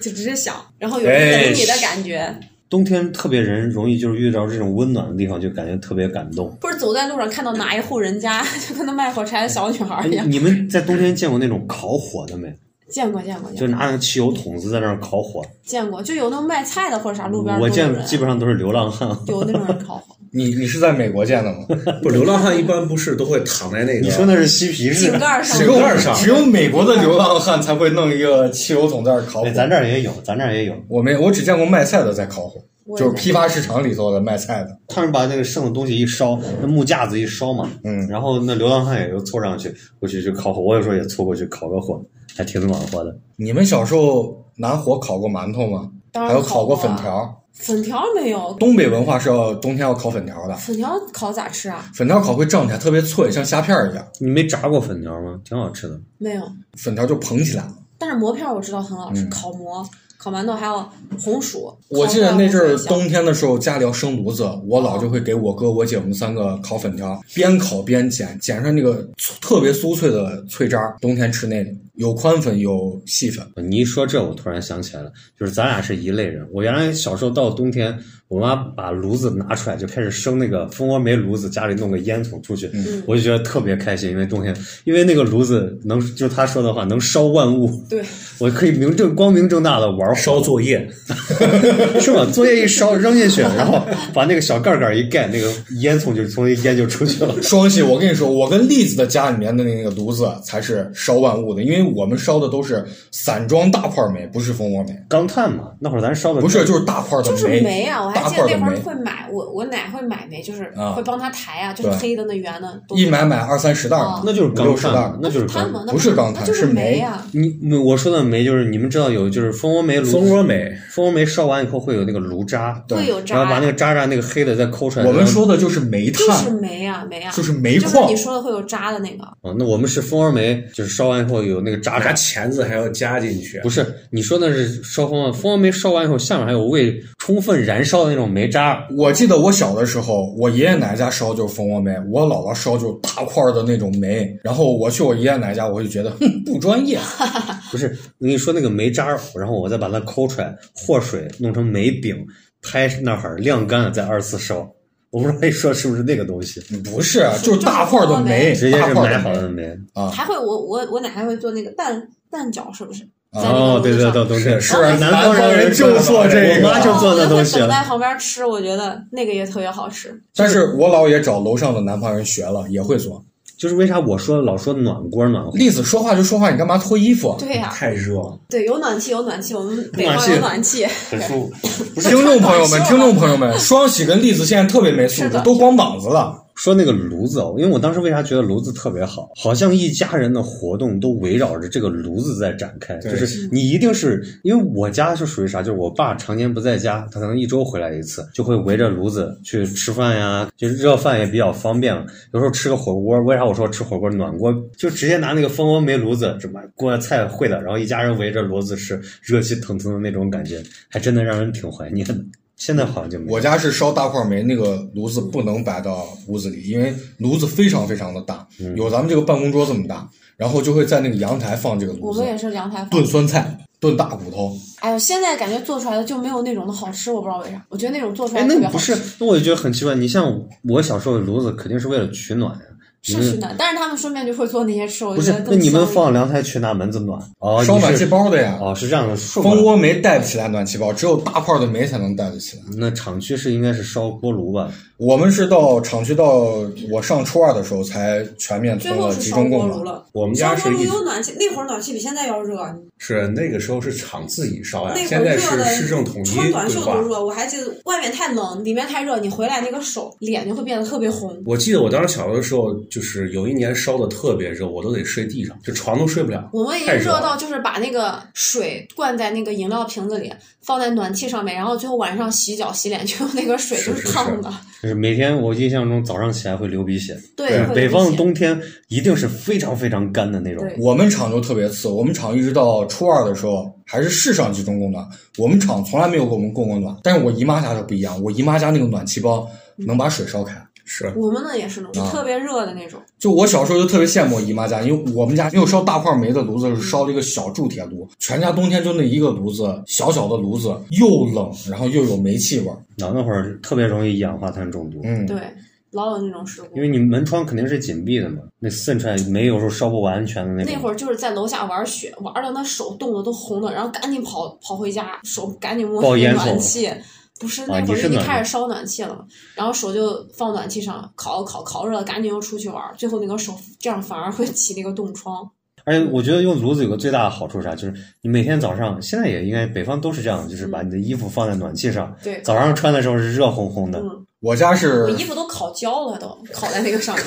Speaker 3: 就只是想，然后有
Speaker 1: 哎
Speaker 3: 人等你的感觉，
Speaker 1: 冬天特别人容易就是遇到这种温暖的地方，就感觉特别感动。
Speaker 3: 或者走在路上看到哪一户人家，就跟那卖火柴的小女孩
Speaker 1: 哎
Speaker 3: 一，样。
Speaker 1: 你们在冬天见过那种烤火的没？
Speaker 3: 见过，见过，见
Speaker 1: 就
Speaker 3: 过，
Speaker 1: 拿那个汽油桶子在那儿烤火。
Speaker 3: 见过，就有那种卖菜的或者啥路边儿
Speaker 1: 我
Speaker 3: 都有
Speaker 1: 见
Speaker 3: 人
Speaker 1: 基本上都是流浪汉。
Speaker 3: 有那种人烤火，
Speaker 2: 你你是在美国见的吗？
Speaker 4: [laughs] 不，流浪汉一般不是都会躺在那个？
Speaker 1: 你说那是嬉皮士
Speaker 3: [laughs] 井？盖儿上
Speaker 4: 只
Speaker 2: 只
Speaker 4: 有
Speaker 2: 有
Speaker 4: 盖上
Speaker 2: 只有美国的流浪汉才会弄一个汽油桶在那儿烤火
Speaker 1: 哎，。咱这儿也有，咱这儿也有。
Speaker 2: 我没，我只见过卖菜的在烤火，
Speaker 3: 我也
Speaker 2: 就是
Speaker 3: 在
Speaker 2: 批发市场里头的卖菜的。
Speaker 1: 他们把那个剩的东西一烧，那木架子一烧嘛，
Speaker 2: 嗯
Speaker 1: 然后那流浪汉也就凑上去，过去就烤火。我有时候也凑过去烤个火，还挺暖和的。
Speaker 2: 你们小时候拿火烤过馒头吗？
Speaker 3: 当
Speaker 2: 还
Speaker 3: 然
Speaker 2: 有烤过
Speaker 3: 啊
Speaker 2: 粉，条？
Speaker 3: 粉条没有，
Speaker 2: 东北文化是要冬天要烤粉条的，
Speaker 3: 粉条烤咋吃啊？
Speaker 2: 粉条烤会胀起来，特别脆，像虾片儿一样，
Speaker 1: 你没炸过粉条吗？挺好吃的。
Speaker 3: 没有，
Speaker 2: 粉条就膨起来了。
Speaker 3: 但是馍片儿我知道很好吃，烤馍、烤馒头还有红薯。
Speaker 2: 嗯我
Speaker 3: 烤
Speaker 2: 记得
Speaker 3: 出来
Speaker 2: 那阵
Speaker 3: 红
Speaker 2: 儿
Speaker 3: 薯也香
Speaker 2: 冬天的时候，家里要生炉子，我姥就会给我哥、我姐我们三个烤粉
Speaker 3: 嗯
Speaker 2: 条，边烤边剪，剪上那个粗特别酥脆的脆渣儿，冬天吃那个，有宽粉有细粉。
Speaker 1: 你一说这，我突然想起来了，就是咱俩是一类人。我原来小时候到冬天，我妈把炉子拿出来就开始生那个蜂窝煤炉子，家里弄个烟囱出去，
Speaker 3: 嗯
Speaker 1: 我就觉得特别开心，因为冬天，因为那个炉子能，就是他说的话能烧万物，
Speaker 3: 对，
Speaker 1: 我可以明正光明正大的玩
Speaker 4: 烧作业，
Speaker 1: 火， [laughs] 是吧？作业一烧扔进去，然后把那个小盖盖一盖，那个烟囱就从那烟就出去了。 [laughs]
Speaker 2: 双喜，我跟你说，我跟栗子的家里面的那个炉子才是烧万物的，因为我们烧的都是散装大块煤，不是蜂窝煤，
Speaker 1: 钢炭嘛，那会儿咱烧的
Speaker 2: 不是就是大块的
Speaker 3: 就是煤啊，我还
Speaker 2: 大
Speaker 3: 记得
Speaker 2: 块
Speaker 3: 那
Speaker 2: 的
Speaker 3: 会儿
Speaker 2: 煤，
Speaker 3: 会买，我我奶会买煤，就是
Speaker 2: 啊
Speaker 3: 会帮她抬啊，就是
Speaker 2: 对
Speaker 3: 黑的那圆的东西。
Speaker 2: 一买买二三十袋儿呢，
Speaker 1: 哦那就是
Speaker 2: 五
Speaker 1: 钢
Speaker 2: 六十袋
Speaker 1: 炭
Speaker 2: 儿，
Speaker 1: 那就是
Speaker 3: 炭
Speaker 1: 钢
Speaker 3: 吗？那
Speaker 2: 不是钢
Speaker 3: 那
Speaker 2: 炭
Speaker 3: 就是
Speaker 2: 是煤
Speaker 3: 啊。
Speaker 1: 你我说的煤就是你们知道有就是蜂窝煤炉
Speaker 4: 蜂窝煤，
Speaker 1: 蜂窝煤烧完以后会有那个炉渣，
Speaker 2: 对
Speaker 3: 会有
Speaker 1: 然后把
Speaker 3: 渣
Speaker 1: 那个，渣渣那个黑的再抠出来。
Speaker 2: 我们
Speaker 1: 然后
Speaker 2: 说的就是煤
Speaker 3: 就是
Speaker 2: 炭，
Speaker 3: 煤啊煤啊，
Speaker 2: 就
Speaker 3: 就是
Speaker 2: 煤
Speaker 3: 是
Speaker 2: 矿
Speaker 3: 你。说的会有渣的那个，
Speaker 1: 啊，那我们是蜂窝煤，就是烧完以后有那个渣
Speaker 4: 拿
Speaker 1: 渣。
Speaker 4: 钳子还要夹进去。
Speaker 1: 不是，你说的是烧蜂窝，蜂窝煤烧完以后，下面还有未充分燃烧的那种煤渣。
Speaker 2: 我记得我小的时候，我爷爷奶奶家烧就是蜂窝煤，我姥姥烧就是大块儿的那种煤。然后我去我爷爷奶奶家，我就觉得哼不专业，
Speaker 1: 不是，你说那个煤渣，然后我再把它抠出来，和水弄成煤饼，拍那会儿晾干了再二次烧。我不知道你说是不是那个东西，
Speaker 2: 不是，啊就是大块儿的煤，
Speaker 1: 嗯直接
Speaker 2: 大
Speaker 1: 是
Speaker 2: 块儿
Speaker 1: 买
Speaker 2: 的
Speaker 1: 好
Speaker 2: 煤
Speaker 1: 的煤。
Speaker 2: 啊。
Speaker 3: 还会我我我奶奶会做那个蛋蛋饺，是不是？在那个
Speaker 1: 哦，
Speaker 3: 炉
Speaker 1: 对
Speaker 3: 子
Speaker 1: 对
Speaker 3: 上
Speaker 1: 对，对对，
Speaker 2: 是
Speaker 1: 南方
Speaker 2: 南方人就做这个
Speaker 1: 我妈 [laughs] 就做那东西
Speaker 3: 哦我就在
Speaker 1: 了。
Speaker 3: 在旁边吃，我觉得那个也特别好吃。
Speaker 2: 但是我姥也找楼上的南方人学了，也会做。
Speaker 1: 就是为啥我说老说暖锅暖和，
Speaker 2: 栗子说话就说话，你干嘛脱衣服啊？
Speaker 3: 对呀、
Speaker 4: 太热了，
Speaker 3: 对，有暖气，有暖气，我们北
Speaker 1: 暖
Speaker 3: 方
Speaker 1: 气
Speaker 3: 有暖气。
Speaker 1: 很舒服。
Speaker 2: 听众朋友们，
Speaker 3: 是
Speaker 2: 听众朋友们，双喜跟栗子现在特别没素
Speaker 3: 是
Speaker 2: 质，
Speaker 3: 的
Speaker 2: 都光膀子了。
Speaker 1: 说那个炉子哦，因为我当时为啥觉得炉子特别好，好像一家人的活动都围绕着这个炉子在展开。
Speaker 4: 对
Speaker 1: 就是你一定是因为我家是属于啥，就是我爸常年不在家，他可能一周回来一次，就会围着炉子去吃饭呀，就是热饭也比较方便了。有时候吃个火锅，为啥我说吃火锅暖锅，就直接拿那个蜂窝煤炉子，什么锅菜烩了，然后一家人围着炉子吃，热气腾腾的那种感觉，还真的让人挺怀念的。现在好像就没有
Speaker 2: 我家是烧大块煤，那个炉子不能摆到屋子里，因为炉子非常非常的大，
Speaker 1: 嗯
Speaker 2: 有咱们这个办公桌这么大，然后就会在那个阳台放这个
Speaker 3: 我
Speaker 2: 炉子
Speaker 3: 们，也是凉台
Speaker 2: 炖酸
Speaker 3: 风。
Speaker 2: 菜，炖大骨头。
Speaker 3: 哎呦，现在感觉做出来的就没有那种的好吃，我不知道为啥。我觉得那种做出
Speaker 1: 哎，
Speaker 3: 来特
Speaker 1: 那
Speaker 3: 别
Speaker 1: 你
Speaker 3: 好
Speaker 1: 不
Speaker 3: 吃，
Speaker 1: 是？那我就觉得很奇怪。你像我小时候的炉子肯定是为了取暖呀、你
Speaker 3: 是取
Speaker 1: 们
Speaker 3: 暖，但是他们顺便就会做那些吃，我
Speaker 1: 嗯不
Speaker 3: 觉
Speaker 1: 是
Speaker 3: 得？更
Speaker 1: 那你们
Speaker 3: 香
Speaker 1: 放凉台取哪门子暖？哦，
Speaker 2: 烧
Speaker 1: 你
Speaker 2: 暖
Speaker 1: 是
Speaker 2: 气包的呀，
Speaker 1: 哦，是这样的。顺过来
Speaker 2: 蜂窝煤带不起来暖气包，只有大块的煤才能带得起来。
Speaker 1: 那厂区是应该是烧锅炉吧？
Speaker 2: 我们是到厂区到我上初二的时候才全面
Speaker 3: 最
Speaker 2: 通
Speaker 3: 后
Speaker 2: 了
Speaker 3: 是
Speaker 2: 集
Speaker 3: 烧
Speaker 2: 中
Speaker 3: 锅
Speaker 2: 供
Speaker 3: 炉
Speaker 2: 暖。
Speaker 3: 了。
Speaker 4: 我们
Speaker 3: 烧锅
Speaker 4: 家是
Speaker 3: 炉
Speaker 4: 一
Speaker 3: 有暖气，那会儿暖气比现在要热，
Speaker 4: 是那个时候是厂自己烧呀，
Speaker 3: 那会
Speaker 4: 现
Speaker 3: 儿
Speaker 4: 在
Speaker 3: 热
Speaker 4: 是
Speaker 3: 的
Speaker 4: 市政统一
Speaker 3: 穿短
Speaker 4: 规
Speaker 3: 袖都
Speaker 4: 划。
Speaker 3: 热。我还记得外面太冷，里面太热，你回来那个手脸就会变得特别红。
Speaker 4: 我记得我当时小的时候，就是有一年烧的特别热，我都得睡地上，就床都睡不了。
Speaker 3: 我们已经
Speaker 4: 太热
Speaker 3: 热
Speaker 4: 了
Speaker 3: 到就是把那个水灌在那个饮料瓶子里，放在暖气上面，然后最后晚上洗脚洗脸就用那个水，
Speaker 4: 是
Speaker 3: 就是烫的。
Speaker 1: 就是每天我印象中早上起来会流鼻血，
Speaker 3: 对，会
Speaker 1: 北
Speaker 3: 流
Speaker 1: 方
Speaker 3: 血
Speaker 1: 的冬天一定是非常非常干的那种。
Speaker 3: 对
Speaker 2: 我们厂就特别次，我们厂一直到初二的时候还是市上集中供暖，我们厂从来没有给我们供过暖。但是我姨妈家就不一样，我姨妈家那个暖气包能把水烧开。
Speaker 4: 是
Speaker 3: 我们那也是那种
Speaker 2: 啊
Speaker 3: 就特别热的那种，
Speaker 2: 就我小时候就特别羡慕我姨妈家，因为我们家没有烧大块煤的炉子，是烧了一个小铸铁炉，全家冬天就那一个炉子，小小的炉子，又冷，然后又有煤气味儿。
Speaker 1: 然后那会儿特别容易一氧化碳中毒，
Speaker 2: 嗯，
Speaker 3: 对，老有那种事故
Speaker 1: 因。为你门窗肯定是紧闭的嘛，那渗出来煤有时候烧不完全的那种。
Speaker 3: 那会儿就是在楼下玩雪，玩的那手冻的都红了，然后赶紧跑跑回家，手赶紧摸
Speaker 1: 冒烟
Speaker 3: 暖
Speaker 1: 囱
Speaker 3: 气。不是
Speaker 1: 啊
Speaker 3: 那
Speaker 1: 你
Speaker 3: 会儿
Speaker 1: 是
Speaker 3: 已经
Speaker 1: 暖
Speaker 3: 开始烧暖气了嘛，然后手就放暖气上烤烤烤热了，赶紧又出去玩，最后那个手这样反而会起那个冻疮。
Speaker 1: 而且我觉得用炉子有个最大的好处是啥，就是你每天早上，现在也应该北方都是这样，就是把你的衣服放在暖气上，
Speaker 3: 对，
Speaker 1: 早上穿的时候是热烘烘的，
Speaker 3: 嗯，
Speaker 2: 我家
Speaker 3: 我
Speaker 2: 是
Speaker 3: 衣服都烤焦了都，烤在那个上面，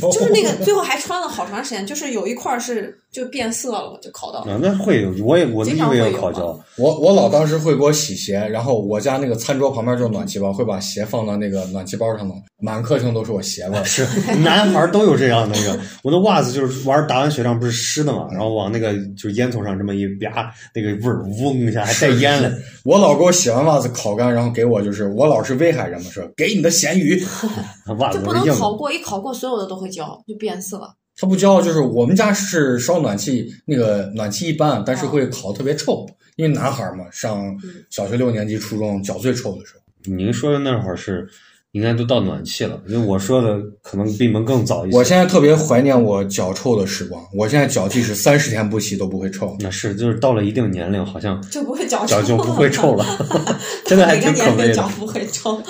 Speaker 3: 就是
Speaker 1: 哦
Speaker 3: 那个最后还穿了好长时间，就是有一块儿是就变色了，就烤到。
Speaker 1: 啊，那会有，我也我的
Speaker 3: 经
Speaker 1: 衣服
Speaker 3: 常会
Speaker 1: 也
Speaker 3: 有
Speaker 1: 烤
Speaker 3: 吧
Speaker 1: 焦，
Speaker 2: [laughs] 我我老当时会给我洗鞋，然后我家那个餐桌旁边就是暖气包，会把鞋放到那个暖气包上的，满课程都是我鞋味儿。
Speaker 1: 是 [laughs] 男孩儿都有这样的一个，我的袜子就是玩打完雪仗不是湿的嘛，然后往那个就是烟囱上这么一啪，那个味儿嗡一下还带烟了，
Speaker 2: 我老给我洗完袜子烤干，然后给我就是我老是威海人嘛，说给你的咸鱼，
Speaker 1: 袜
Speaker 3: 就
Speaker 1: 子
Speaker 3: 不
Speaker 1: 都是
Speaker 3: 能
Speaker 1: 硬
Speaker 3: 烤
Speaker 1: 的。
Speaker 3: 过，一烤过所有的都会焦，就变色。
Speaker 2: 他不骄傲，就是我们家是烧暖气，那个暖气一般，但是会烤特别臭，因为男孩嘛，上小学六年级、初中脚最臭的时候。
Speaker 1: 您说的那会儿是应该都到暖气了，因为我说的可能比你们更
Speaker 4: 嗯
Speaker 1: 早一些。
Speaker 2: 我现在特别怀念我脚臭的时光，我现在脚即使三十天不洗都不会臭。
Speaker 1: 那是就是到了一定年龄，好像
Speaker 3: 就不会脚
Speaker 1: 脚就
Speaker 3: 臭
Speaker 1: 不会臭
Speaker 3: [laughs]
Speaker 1: 了，真的还
Speaker 3: 每个
Speaker 1: 挺可
Speaker 3: 年
Speaker 1: 悲
Speaker 3: 龄
Speaker 1: 的
Speaker 3: 脚。不会臭，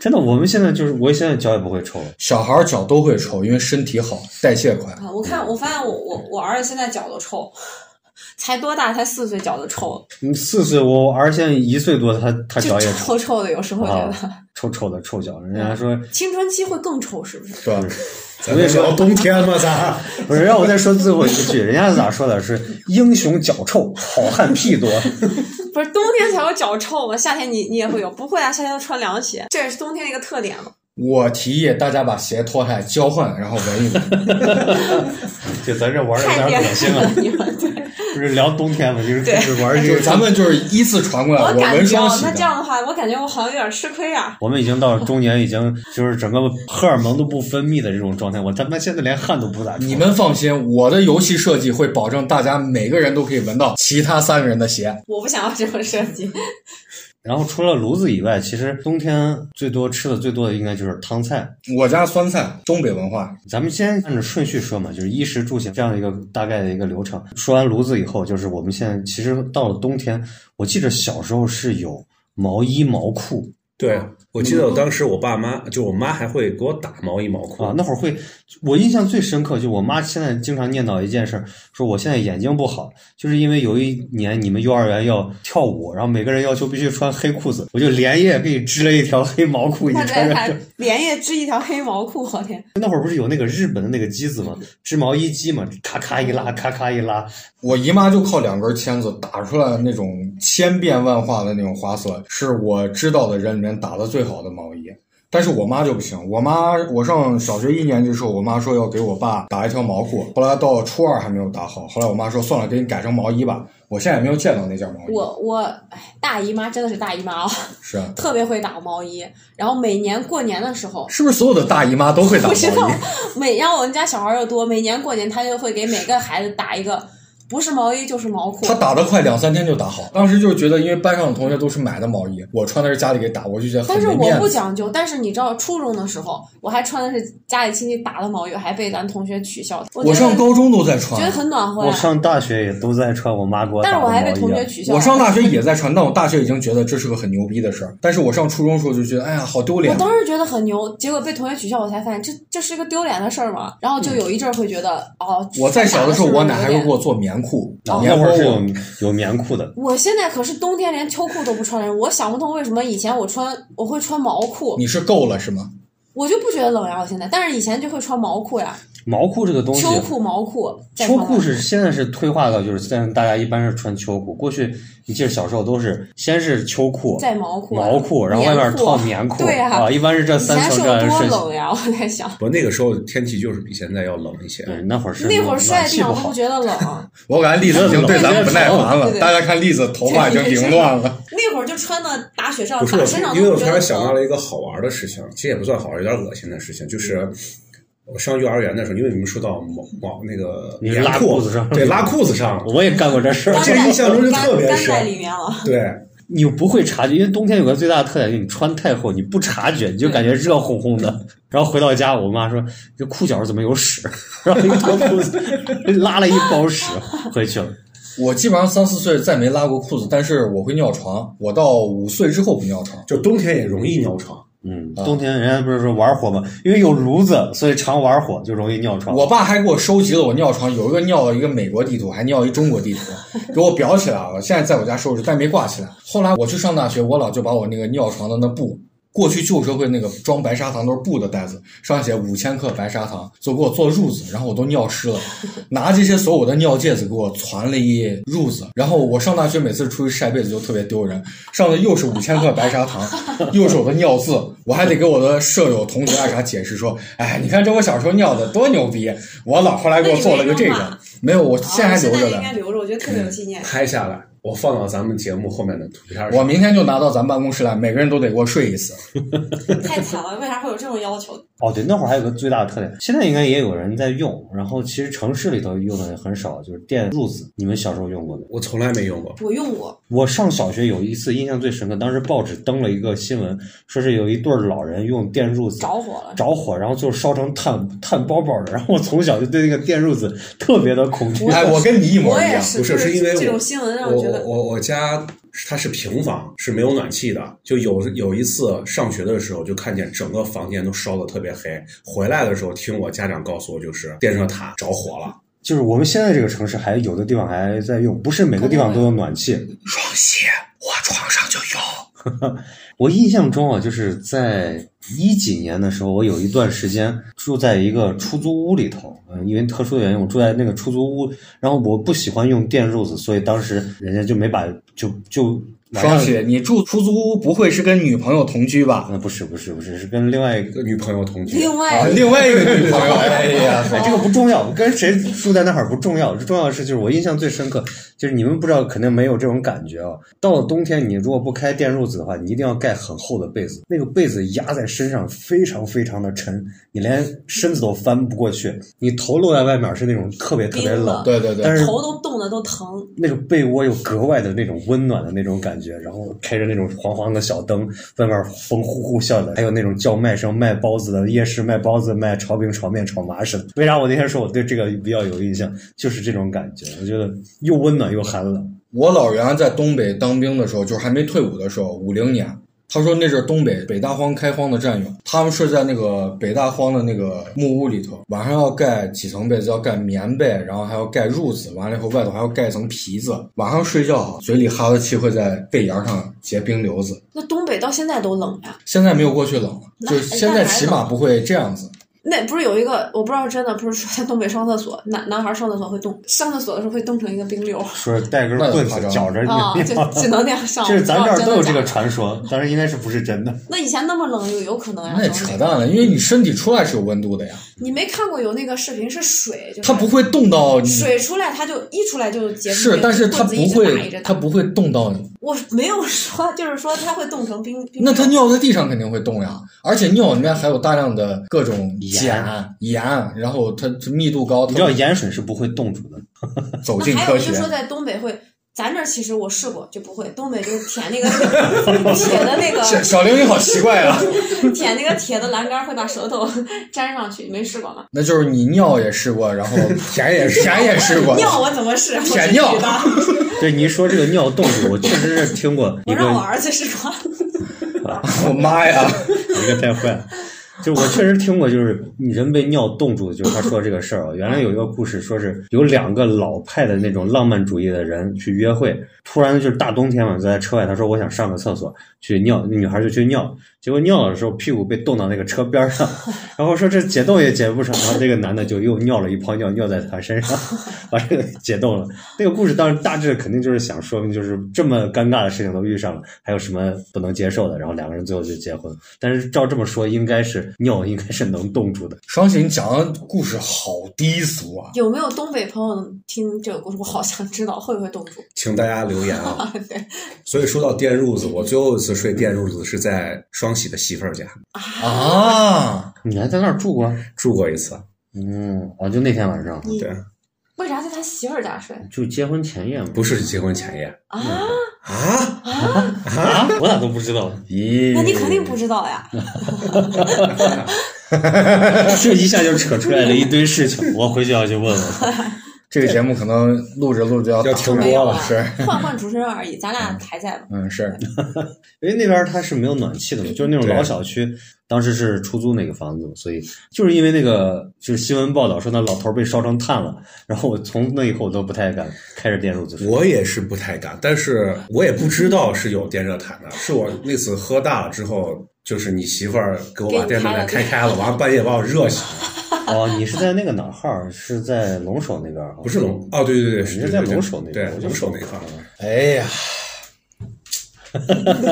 Speaker 1: 真的，我们现在就是，我现在脚也不会臭了。
Speaker 2: 小孩儿脚都会臭，因为身体好，代谢快。
Speaker 3: 啊！我看，我发现我我我儿子现在脚都臭，才多大？才四岁脚就臭
Speaker 1: 你四岁，我儿现在一岁多，他他
Speaker 3: 了，
Speaker 1: 脚
Speaker 3: 就
Speaker 1: 也
Speaker 3: 臭臭的，有时候觉
Speaker 1: 啊
Speaker 3: 得、
Speaker 1: 臭臭的臭脚。人
Speaker 3: 嗯
Speaker 1: 家说，
Speaker 3: 青春期会更臭，是不是？
Speaker 2: 是吧？
Speaker 4: 咱们聊冬天嘛，咱
Speaker 1: 不是让我再说最后一句，人家咋说的是英雄脚臭，好汉屁多。
Speaker 3: 不是冬天才有脚臭吗？夏天你你也会有？不会啊，夏天都穿凉鞋，这也是冬天的一个特点嘛。
Speaker 2: 我提议大家把鞋脱下来交换，然后闻一闻。
Speaker 1: [laughs] 就咱这玩的
Speaker 3: 太
Speaker 1: 有点
Speaker 3: 变
Speaker 1: 恶心啊
Speaker 3: 态
Speaker 1: 了
Speaker 3: 了，，你们对。
Speaker 1: 不是聊冬天嘛，就是
Speaker 3: 对
Speaker 1: 就是玩这
Speaker 2: 就是
Speaker 1: 个。
Speaker 2: 咱们就是依次传过来，
Speaker 3: [laughs] 我感
Speaker 2: 闻
Speaker 3: 觉
Speaker 2: 双
Speaker 3: 啊
Speaker 2: 喜
Speaker 3: 那这样
Speaker 2: 的。
Speaker 3: 的话，我感觉我好像有点吃亏啊。
Speaker 1: 我们已经到了中年，已经就是整个荷尔蒙都不分泌的这种状态。我他妈现在连汗都不咋出。
Speaker 2: 你们放心，我的游戏设计会保证大家每个人都可以闻到其他三个人的鞋。
Speaker 3: 我不想要这种设计，
Speaker 1: 然后除了炉子以外，其实冬天最多吃的最多的应该就是汤菜。
Speaker 2: 我家酸菜，东北文化，
Speaker 1: 咱们先按照顺序说嘛，就是衣食住行这样的一个大概的一个流程。说完炉子以后，就是我们现在其实到了冬天，我记得小时候是有毛衣毛裤
Speaker 4: 对，我记得我当时我爸妈，就我妈还会给我打毛衣毛裤
Speaker 1: 啊，那会儿会，我印象最深刻就我妈现在经常念叨一件事儿，说我现在眼睛不好，就是因为有一年你们幼儿园要跳舞，然后每个人要求必须穿黑裤子，我就连夜给你织了一条黑毛裤，你
Speaker 3: 他
Speaker 1: 穿
Speaker 3: 这
Speaker 1: 着
Speaker 3: 还。连夜织一条黑毛裤，我天！
Speaker 1: [laughs] 那会儿不是有那个日本的那个机子吗？织毛衣机嘛，咔咔一拉，咔咔一拉，
Speaker 2: 我姨妈就靠两根签子打出来那种千变万化的那种花色，是我知道的人里面打的最好的毛衣。但是我妈就不行，我妈我上小学一年级的时候，我妈说要给我爸打一条毛裤，后来到初二还没有打好，后来我妈说算了，给你改成毛衣吧。我现在也没有见到那件毛衣，
Speaker 3: 我我哎大姨妈真的是大姨妈啊、 [laughs]
Speaker 2: 是啊
Speaker 3: 特别会打毛衣。然后每年过年的时候，
Speaker 2: 是不是所有的大姨妈都会打毛
Speaker 3: 不知道
Speaker 2: 衣？
Speaker 3: 每然后我们家小孩儿又多，每年过年他就会给每个孩子打一个，不是毛衣就是毛裤
Speaker 2: 她。打的快两三天就打好，当时就觉得因为班上的同学都是买的毛衣，我穿的是家里给打，我就觉得很
Speaker 3: 但是
Speaker 2: 没
Speaker 3: 我
Speaker 2: 面
Speaker 3: 不
Speaker 2: 子。
Speaker 3: 讲究，但是你知道，初中的时候我还穿的是家里亲戚打的毛衣，还被咱同学取笑。我
Speaker 2: 我
Speaker 3: 觉得
Speaker 2: 上高中都在穿
Speaker 3: 觉，得很暖和
Speaker 1: 我
Speaker 3: 呀，
Speaker 1: 上大学也都在穿我妈给我
Speaker 3: 但
Speaker 1: 打
Speaker 3: 是
Speaker 1: 的
Speaker 3: 我
Speaker 1: 毛衣、啊。
Speaker 3: 还被同学取笑。
Speaker 2: 我上大学也在穿，但我大学已经觉得这是个很牛逼的事儿。但是我上初中的时候就觉得，哎呀，好丢脸
Speaker 3: 我。当时觉得很牛，结果被同学取笑，我才发现这这是个丢脸的事儿嘛。然后就有一阵儿会觉得，哦，
Speaker 2: 我在小的时候，我奶还会
Speaker 3: 有
Speaker 2: 给我做棉裤，
Speaker 1: 啊那
Speaker 2: 棉
Speaker 1: 会
Speaker 2: 花
Speaker 1: 儿是有
Speaker 2: 我。
Speaker 1: 有棉裤的，
Speaker 3: 我现在可是冬天连秋裤都不穿的人，我想不通为什么以前我穿我会穿毛裤，
Speaker 2: 你是够了是吗？
Speaker 3: 我就不觉得冷呀。我现在，但是以前就会穿毛裤呀，
Speaker 1: 毛裤这个东西，
Speaker 3: 秋裤、毛裤。再
Speaker 1: 秋
Speaker 3: 穿啊
Speaker 1: 裤
Speaker 3: 毛
Speaker 1: 是现在是退化到就是现在大家一般是穿秋裤，过去你记得小时候都是先是秋裤，
Speaker 3: 再毛裤啊、
Speaker 1: 毛裤，然后外面套棉裤，
Speaker 3: [laughs] 对
Speaker 1: 啊，一般是这
Speaker 3: 以
Speaker 1: 三
Speaker 3: 前
Speaker 1: 层
Speaker 3: 是
Speaker 1: 这
Speaker 3: 有
Speaker 1: 样
Speaker 3: 多
Speaker 1: 顺序。
Speaker 3: 冷呀？我在想，
Speaker 4: 不，那个时候天气就是比现在要冷一些。
Speaker 1: 对，那会儿是
Speaker 3: 那会儿摔
Speaker 1: 暖
Speaker 3: 在地
Speaker 1: 气不
Speaker 3: 上都
Speaker 1: 好
Speaker 3: 不，觉得冷，
Speaker 2: 我感觉栗子已经对咱们不耐烦
Speaker 3: 对
Speaker 2: 了
Speaker 3: 对，对
Speaker 2: 大家看栗子头发已经凌乱了。
Speaker 3: 那会儿就穿的打雪仗，
Speaker 4: 不是
Speaker 3: 打身上
Speaker 4: 我，因为
Speaker 3: 都
Speaker 4: 我
Speaker 3: 不嗯
Speaker 4: 突
Speaker 3: 觉得
Speaker 4: 然想到
Speaker 3: 冷。
Speaker 4: 了一个好玩的事情，其实也不算好玩，有点恶心的事情，就是我上幼儿园的时候，因为你们说到毛毛那个
Speaker 1: 你
Speaker 4: 棉
Speaker 1: 拉
Speaker 4: 裤
Speaker 1: 裤子上
Speaker 4: 对，拉
Speaker 1: [laughs]
Speaker 4: 裤子上了，
Speaker 1: 我也干过这事儿
Speaker 3: [laughs] 干。
Speaker 4: 这
Speaker 3: 在
Speaker 4: 印象中就特别
Speaker 3: 干
Speaker 4: 深
Speaker 3: 干在里面了。
Speaker 4: 对，
Speaker 1: 你不会察觉，因为冬天有个最大的特点就是你穿太厚，你不察觉，你就感觉热烘烘的。然后回到家，我妈说这裤脚怎么有屎， [laughs] 然后一脱裤子 [laughs] 拉了一包屎回去了。
Speaker 2: 我基本上三四岁再没拉过裤子，但是我会尿床。我到五岁之后不尿床。
Speaker 4: 就冬天也容易尿床。
Speaker 1: 嗯，
Speaker 2: 啊
Speaker 1: 冬天人家不是说玩火吗？因为有炉子，所以常玩火就容易尿床。
Speaker 2: 我爸还给我收集了我尿床，有一个尿了一个美国地图，还尿一中国地图，给我裱起来了。现在在我家收拾，但没挂起来。后来我去上大学，我老舅把我那个尿床的那布，过去旧社会那个装白砂糖都是布的袋子，上面写五千克白砂糖，就给我做褥子，然后我都尿湿了，拿这些所有的尿介子给我攒了一褥子。然后我上大学每次出去晒被子就特别丢人，上的又是五千克白砂
Speaker 3: [laughs]
Speaker 2: 糖，又是我的尿渍，我还得给我的舍友同学啊啥解释说，哎，你看这我小时候尿的多牛逼，我姥后来给我做了个这
Speaker 3: 那你没扔
Speaker 2: 个
Speaker 3: 吧，
Speaker 2: 没有，我现在还
Speaker 3: 哦现
Speaker 2: 留
Speaker 3: 在
Speaker 2: 着
Speaker 3: 应
Speaker 2: 呢
Speaker 3: 该。留着，我觉得特别有纪
Speaker 2: [laughs]
Speaker 3: 念。
Speaker 4: 拍下来，我放到咱们节目后面的图片上。
Speaker 2: 我明天就拿到咱办公室来，每个人都得给我睡一次。
Speaker 3: 太惨了，为啥会有这种要求？
Speaker 1: 哦，对，那会儿还有个最大的特点，现在应该也有人在用，然后其实城市里头用的也很少，就是电褥子。你们小时候用过没？
Speaker 4: 我从来没用过，
Speaker 3: 我用过，
Speaker 1: 我上小学有一次印象最深刻，当时报纸登了一个新闻，说是有一对儿老人用电褥子。
Speaker 3: 着火了。
Speaker 1: 着火，然后就烧成炭炭包包的。然后我从小就对那个电褥子特别的恐惧。
Speaker 2: 哎，我跟你一模
Speaker 3: 我
Speaker 2: 一
Speaker 3: 也
Speaker 2: 样。
Speaker 3: 是，
Speaker 4: 不是
Speaker 3: 就是
Speaker 4: 因为
Speaker 3: 这
Speaker 4: 我
Speaker 3: 种新闻让
Speaker 4: 我
Speaker 3: 觉
Speaker 4: 我
Speaker 3: 得，
Speaker 4: 我我家它是平房，是没有暖气的。就有有一次上学的时候，就看见整个房间都烧得特别黑。回来的时候，听我家长告诉我，就是电热毯着火了。
Speaker 1: 就是我们现在这个城市还有的地方还在用，不是每个地方都有暖气。
Speaker 4: 双喜，我床上就有。
Speaker 1: 我印象中啊，就是在一几年的时候，我有一段时间住在一个出租屋里头，嗯，因为特殊的原因，我住在那个出租屋，然后我不喜欢用电褥子，所以当时人家就没把就就
Speaker 2: 双喜，你住出租屋不会是跟女朋友同居吧？
Speaker 1: 嗯，不是不是不是，是跟另外一个，
Speaker 4: 女朋友同居，
Speaker 3: 另外
Speaker 2: 啊，
Speaker 3: 一个，
Speaker 2: 另外一个女朋友，哎呀，
Speaker 1: 哎，这个不重要，跟谁住在那儿不重要，重要的是就是我印象最深刻，就是你们不知道，肯定没有这种感觉啊。到了冬天，你如果不开电褥子的话，你一定要盖很厚的被子，那个被子压在身上非常非常的沉，你连身子都翻不过去，你头露在外面是那种特别特别
Speaker 3: 冰
Speaker 1: 冷
Speaker 3: 冷，
Speaker 2: 对对对
Speaker 1: 但，是
Speaker 3: 头都冻得都疼。
Speaker 1: 那个被窝又格外的那种温暖的那种感觉，然后开着那种黄黄的小灯，外面风呼呼啸来，还有那种叫卖声卖包子的夜市卖包子、卖炒饼、炒面、炒麻食的。为啥我那天说我对这个比较有印象，就是这种感觉，我觉得又温暖又寒冷。
Speaker 2: 我老原来在东北当兵的时候，就是还没退伍的时候，五零年。他说那阵儿东北北大荒开荒的战友，他们是在那个北大荒的那个木屋里头，晚上要盖几层被子，要盖棉被，然后还要盖褥子，完了以后外头还要盖一层皮子。晚上睡觉嘴里哈的气会在被沿上结冰瘤子，
Speaker 3: 那东北到现在都冷呀，
Speaker 2: 现在没有过去冷
Speaker 3: [laughs]
Speaker 2: 了，就
Speaker 3: 哎
Speaker 2: 现在起码不会这样子。
Speaker 3: 那不是有一个我不知道真的，不是说在东北上厕所， [laughs] 男男孩上厕所会冻，上厕所的时候会冻成一个
Speaker 2: [laughs]
Speaker 3: 冰溜
Speaker 1: 说带根棍子绞着
Speaker 3: 啊，
Speaker 1: 你，
Speaker 3: 就只能那样上。
Speaker 1: 这是咱这
Speaker 3: 不知道
Speaker 1: 儿
Speaker 3: 真
Speaker 1: 都
Speaker 3: 的
Speaker 1: 有这
Speaker 3: 假
Speaker 1: 个
Speaker 3: 的
Speaker 1: 传说，当然应该是不是真的。
Speaker 3: 那以前那么冷，有有可能呀？
Speaker 2: 那也
Speaker 3: 东
Speaker 2: 扯
Speaker 3: 北
Speaker 2: 淡了，因为你身体出来是有温度的呀，
Speaker 3: 你没看过有那个视频是水，就是
Speaker 2: 它不会冻到你。
Speaker 3: 水出来，它就一出来就结冰。
Speaker 2: 是，但是它
Speaker 3: 棍子
Speaker 2: 不
Speaker 3: 一直打一
Speaker 2: 会
Speaker 3: 直，打
Speaker 2: 它不会冻到你。
Speaker 3: 我没有说， [laughs] 就是说它会冻成冰。冰
Speaker 2: 那它尿在地上肯定会冻呀，而且尿里面含有大量的各种碱、盐，然后它密度高，
Speaker 1: 你知道
Speaker 2: 它
Speaker 1: 盐水是不会冻住的，
Speaker 2: 走进
Speaker 3: 那还
Speaker 2: 科
Speaker 3: 有就
Speaker 2: 学
Speaker 3: 是。说在东北会，咱这儿其实我试过就不会，东北就是舔那
Speaker 2: 小
Speaker 3: 个铁的那个
Speaker 2: 小玲，你好奇怪啊！
Speaker 3: [laughs] 舔那个铁的栏杆会把舌头粘上去，没试过吗？
Speaker 2: 那就是你尿也试过，
Speaker 3: [laughs]
Speaker 2: 然后
Speaker 4: 甜也是。
Speaker 2: 舔也试过，
Speaker 3: 尿我怎么试？我
Speaker 2: 舔
Speaker 3: 是
Speaker 2: 尿
Speaker 3: 女的，
Speaker 1: 对你一说这个尿冻住，我确实是听过一
Speaker 3: 我
Speaker 1: 个
Speaker 3: 让我儿子试过。
Speaker 2: 我妈呀！
Speaker 1: 一个太坏了。就是我确实听过，就是人被尿冻住，就是他说这个事儿啊。原来有一个故事，说是有两个老派的那种浪漫主义的人去约会，突然就是大冬天嘛，就在车外，他说我想上个厕所去尿，女孩就去尿，结果尿的时候屁股被冻到那个车边上，然后说这解冻也解不成，然后这个男的就又尿了一泡尿，尿在他身上，把这个解冻了。那个故事当然大致肯定就是想说明，就是这么尴尬的事情都遇上了，还有什么不能接受的？然后两个人最后就结婚了。但是照这么说，应该是尿应该是能冻住的。
Speaker 2: 双喜，你讲的故事好低俗
Speaker 3: [laughs]
Speaker 2: 啊！
Speaker 3: 有没有东北朋友听这个故事？我好想知道会不会冻住。
Speaker 4: 请大家留言
Speaker 3: [laughs]
Speaker 4: 啊。所以说到电褥子，我最后一次睡电褥子是在双喜的媳妇儿家
Speaker 2: 啊，
Speaker 1: 你还在那儿住过？
Speaker 4: 住过一次，
Speaker 1: 嗯，哦，就那天晚上，
Speaker 3: 你
Speaker 4: 对，
Speaker 3: 为啥在他媳妇儿家睡
Speaker 1: 就结婚前夜嘛。
Speaker 4: 不是结婚前夜
Speaker 3: 啊？
Speaker 4: 啊。
Speaker 1: 啊，我咋都不知道？咦，
Speaker 3: 那你肯定不知道呀。
Speaker 1: [laughs] 这一下就扯出来了一堆事
Speaker 4: [laughs]
Speaker 1: 情，我回去要去问问。
Speaker 2: 这个节目可能录着录着要
Speaker 4: 要
Speaker 2: 打
Speaker 4: 停
Speaker 2: 住
Speaker 4: 播
Speaker 3: 没有啊
Speaker 4: 了
Speaker 2: 是，
Speaker 3: 换换主持人而已，咱俩还
Speaker 2: [laughs]
Speaker 3: 在吧？
Speaker 2: 嗯，是
Speaker 1: [laughs] 因为那边它是没有暖气的嘛，就是那种
Speaker 4: 对
Speaker 1: 老小区，当时是出租那个房子嘛，所以就是因为那个就是新闻报道说那老头被烧成炭了，然后我从那以后我都不太敢开着电褥子睡。
Speaker 4: 我也是不太敢，但是我也不知道是有电热毯的，是我那次喝大了之后，就是你媳妇儿给我把电热毯开开了，完了半夜把我热醒了，
Speaker 1: 哦，你是在那个哪儿哈儿？是在龙首那边儿哈？
Speaker 4: 不是龙，哦，对对对对，
Speaker 1: 你
Speaker 4: 是
Speaker 1: 是在龙首那
Speaker 4: 对
Speaker 1: 边儿？我就
Speaker 4: 龙首那
Speaker 1: 说
Speaker 4: 块儿。
Speaker 2: 哎呀，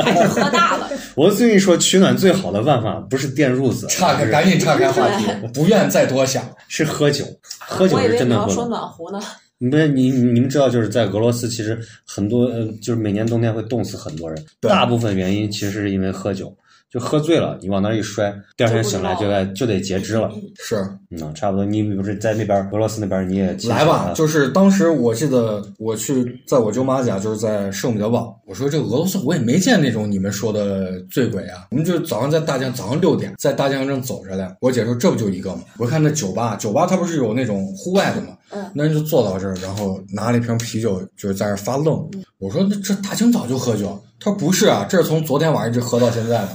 Speaker 3: 还是喝大了，
Speaker 1: 我最近说取暖最好的办法不是电褥子，
Speaker 2: 岔开，
Speaker 1: 是
Speaker 2: 赶紧岔开话
Speaker 3: [laughs]
Speaker 2: 题，我不愿再多想。
Speaker 1: 是喝酒，喝酒
Speaker 3: 我以
Speaker 1: 是
Speaker 3: 为
Speaker 1: 真
Speaker 3: 你
Speaker 1: 的
Speaker 3: 要
Speaker 1: 会
Speaker 3: 说
Speaker 1: 冷。
Speaker 3: 暖壶呢。
Speaker 1: 你不是你你你们知道，就是在俄罗斯，其实很多呃，就是每年冬天会冻死很多人，
Speaker 2: 对
Speaker 1: 大部分原因其实是因为喝酒，就喝醉了，你往那儿一摔，第二天醒来
Speaker 3: 就
Speaker 1: 就
Speaker 3: 不知道
Speaker 1: 该就得截肢了。
Speaker 2: 是，
Speaker 1: 嗯，差不多。你不是在那边俄罗斯那边你也亲
Speaker 2: 来吧，
Speaker 1: 手
Speaker 2: 就是当时我记得我去在我舅妈家，就是在圣彼得堡。我说这俄罗斯我也没见那种你们说的醉鬼啊。我们就早上在大江，早上六点在大江正走着嘞。我姐说这不就一个吗？我看那酒吧，酒吧它不是有那种户外的吗？
Speaker 3: 嗯
Speaker 2: 那人就坐到这儿，然后拿了一瓶啤酒，就是在那儿发愣。我说那这大清早就喝酒，他说不是啊，这是从昨天晚上一直喝到现在的。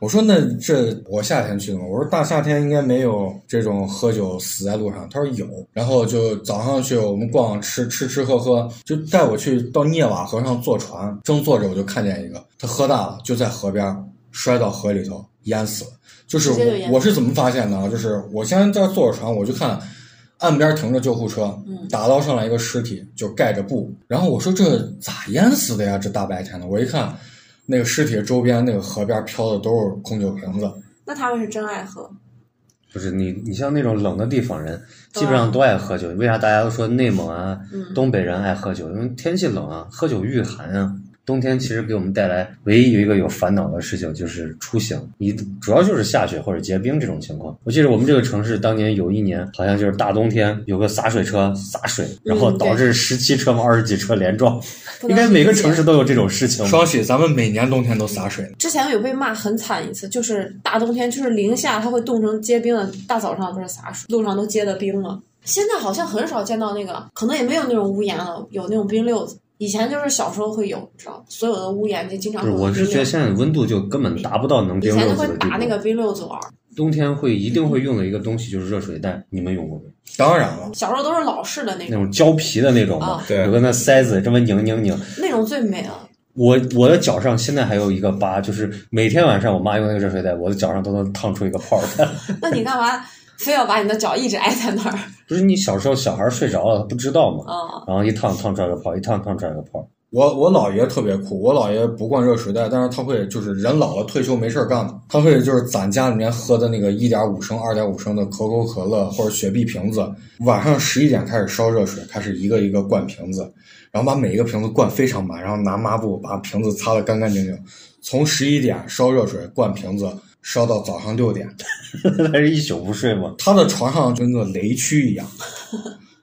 Speaker 2: 我说那这我夏天去的嘛，我说大夏天应该没有这种喝酒死在路上。他说有，然后就早上去我们逛吃吃吃喝喝，就带我去到涅瓦河上坐船，正坐着我就看见一个，他喝大了就在河边摔到河里头淹死了。就是
Speaker 3: 直接就淹
Speaker 2: 我
Speaker 3: 死
Speaker 2: 我是怎么发现的啊？就是我先在这坐着船，我就看。岸边停着救护车，
Speaker 3: 嗯
Speaker 2: 打捞上来一个尸体，就盖着布。然后我说这咋淹死的呀？这大白天的，我一看，那个尸体周边那个河边飘的都是空酒瓶子。
Speaker 3: 那他们是真爱喝，
Speaker 1: 不是你，你像那种冷的地方人，基本上都爱喝酒。为啥大家都说内蒙啊、
Speaker 3: 嗯
Speaker 1: 东北人爱喝酒？因为天气冷啊，喝酒御寒啊。冬天其实给我们带来唯一有一个有烦恼的事情就是出行，你主要就是下雪或者结冰这种情况。我记得我们这个城市当年有一年，好像就是大冬天有个洒水车洒水，然
Speaker 3: 嗯
Speaker 1: 后导致十七车嘛二十几车连撞，
Speaker 3: 不
Speaker 1: 应
Speaker 3: 能
Speaker 1: 该每个
Speaker 3: 理解
Speaker 1: 城市都有这种事情吧。
Speaker 2: 双喜，咱们每年冬天都洒水，
Speaker 3: 之前有被骂很惨一次，就是大冬天，就是零下，它会冻成结冰的，大早上不是洒水，路上都结的冰了。现在好像很少见到那个，可能也没有那种屋檐了，有那种冰溜子。以前就是小时候会有，知道所有的屋檐就经常
Speaker 1: 就
Speaker 3: 会
Speaker 1: 是
Speaker 3: 有
Speaker 1: 我
Speaker 3: 冰
Speaker 1: 是觉
Speaker 3: 溜
Speaker 1: 得
Speaker 3: 子。
Speaker 1: 现在温度就根本达不到能
Speaker 3: 以
Speaker 1: 冰
Speaker 3: 前
Speaker 1: 溜
Speaker 3: 就
Speaker 1: 子
Speaker 3: 会
Speaker 1: 的地
Speaker 3: 打那个
Speaker 1: 步。
Speaker 3: 冰溜子玩儿，
Speaker 1: 冬天会一
Speaker 3: 嗯
Speaker 1: 定会用的一个东西就是热水袋，你们用过没？
Speaker 2: 当然了，
Speaker 3: 小时候都是老式的那
Speaker 1: 那
Speaker 3: 种，
Speaker 1: 种胶皮的那种嘛
Speaker 3: 啊，
Speaker 4: 对
Speaker 1: 有个那塞子这么拧拧拧。
Speaker 3: 那种最美了。
Speaker 1: 我我的脚上现在还有一个疤，就是每天晚上我妈用那个热水袋，我的脚上都能烫出一个泡来。 [laughs]
Speaker 3: 那你干嘛非要把你的脚一直挨在那儿
Speaker 1: 不是你小时候小孩睡着了，他不知道嘛，
Speaker 3: 啊？
Speaker 1: 然后一烫烫出来个泡，一烫烫出来个 [laughs] 泡。
Speaker 2: 我我姥爷特别酷，我姥爷不灌热水袋，但是他会就是人老了退休没事儿干嘛，他会就是攒家里面喝的那个一点五升、二点五升的可口可乐或者雪碧瓶子，晚上十一点开始烧热水，开始一个一个灌瓶子，然后把每一个瓶子灌非常满，然后拿抹布把瓶子擦得干干净净，从十一点烧热水灌瓶子烧到早上六点，
Speaker 1: 他是一宿不睡嘛，
Speaker 2: 他的床上就跟个雷区一样，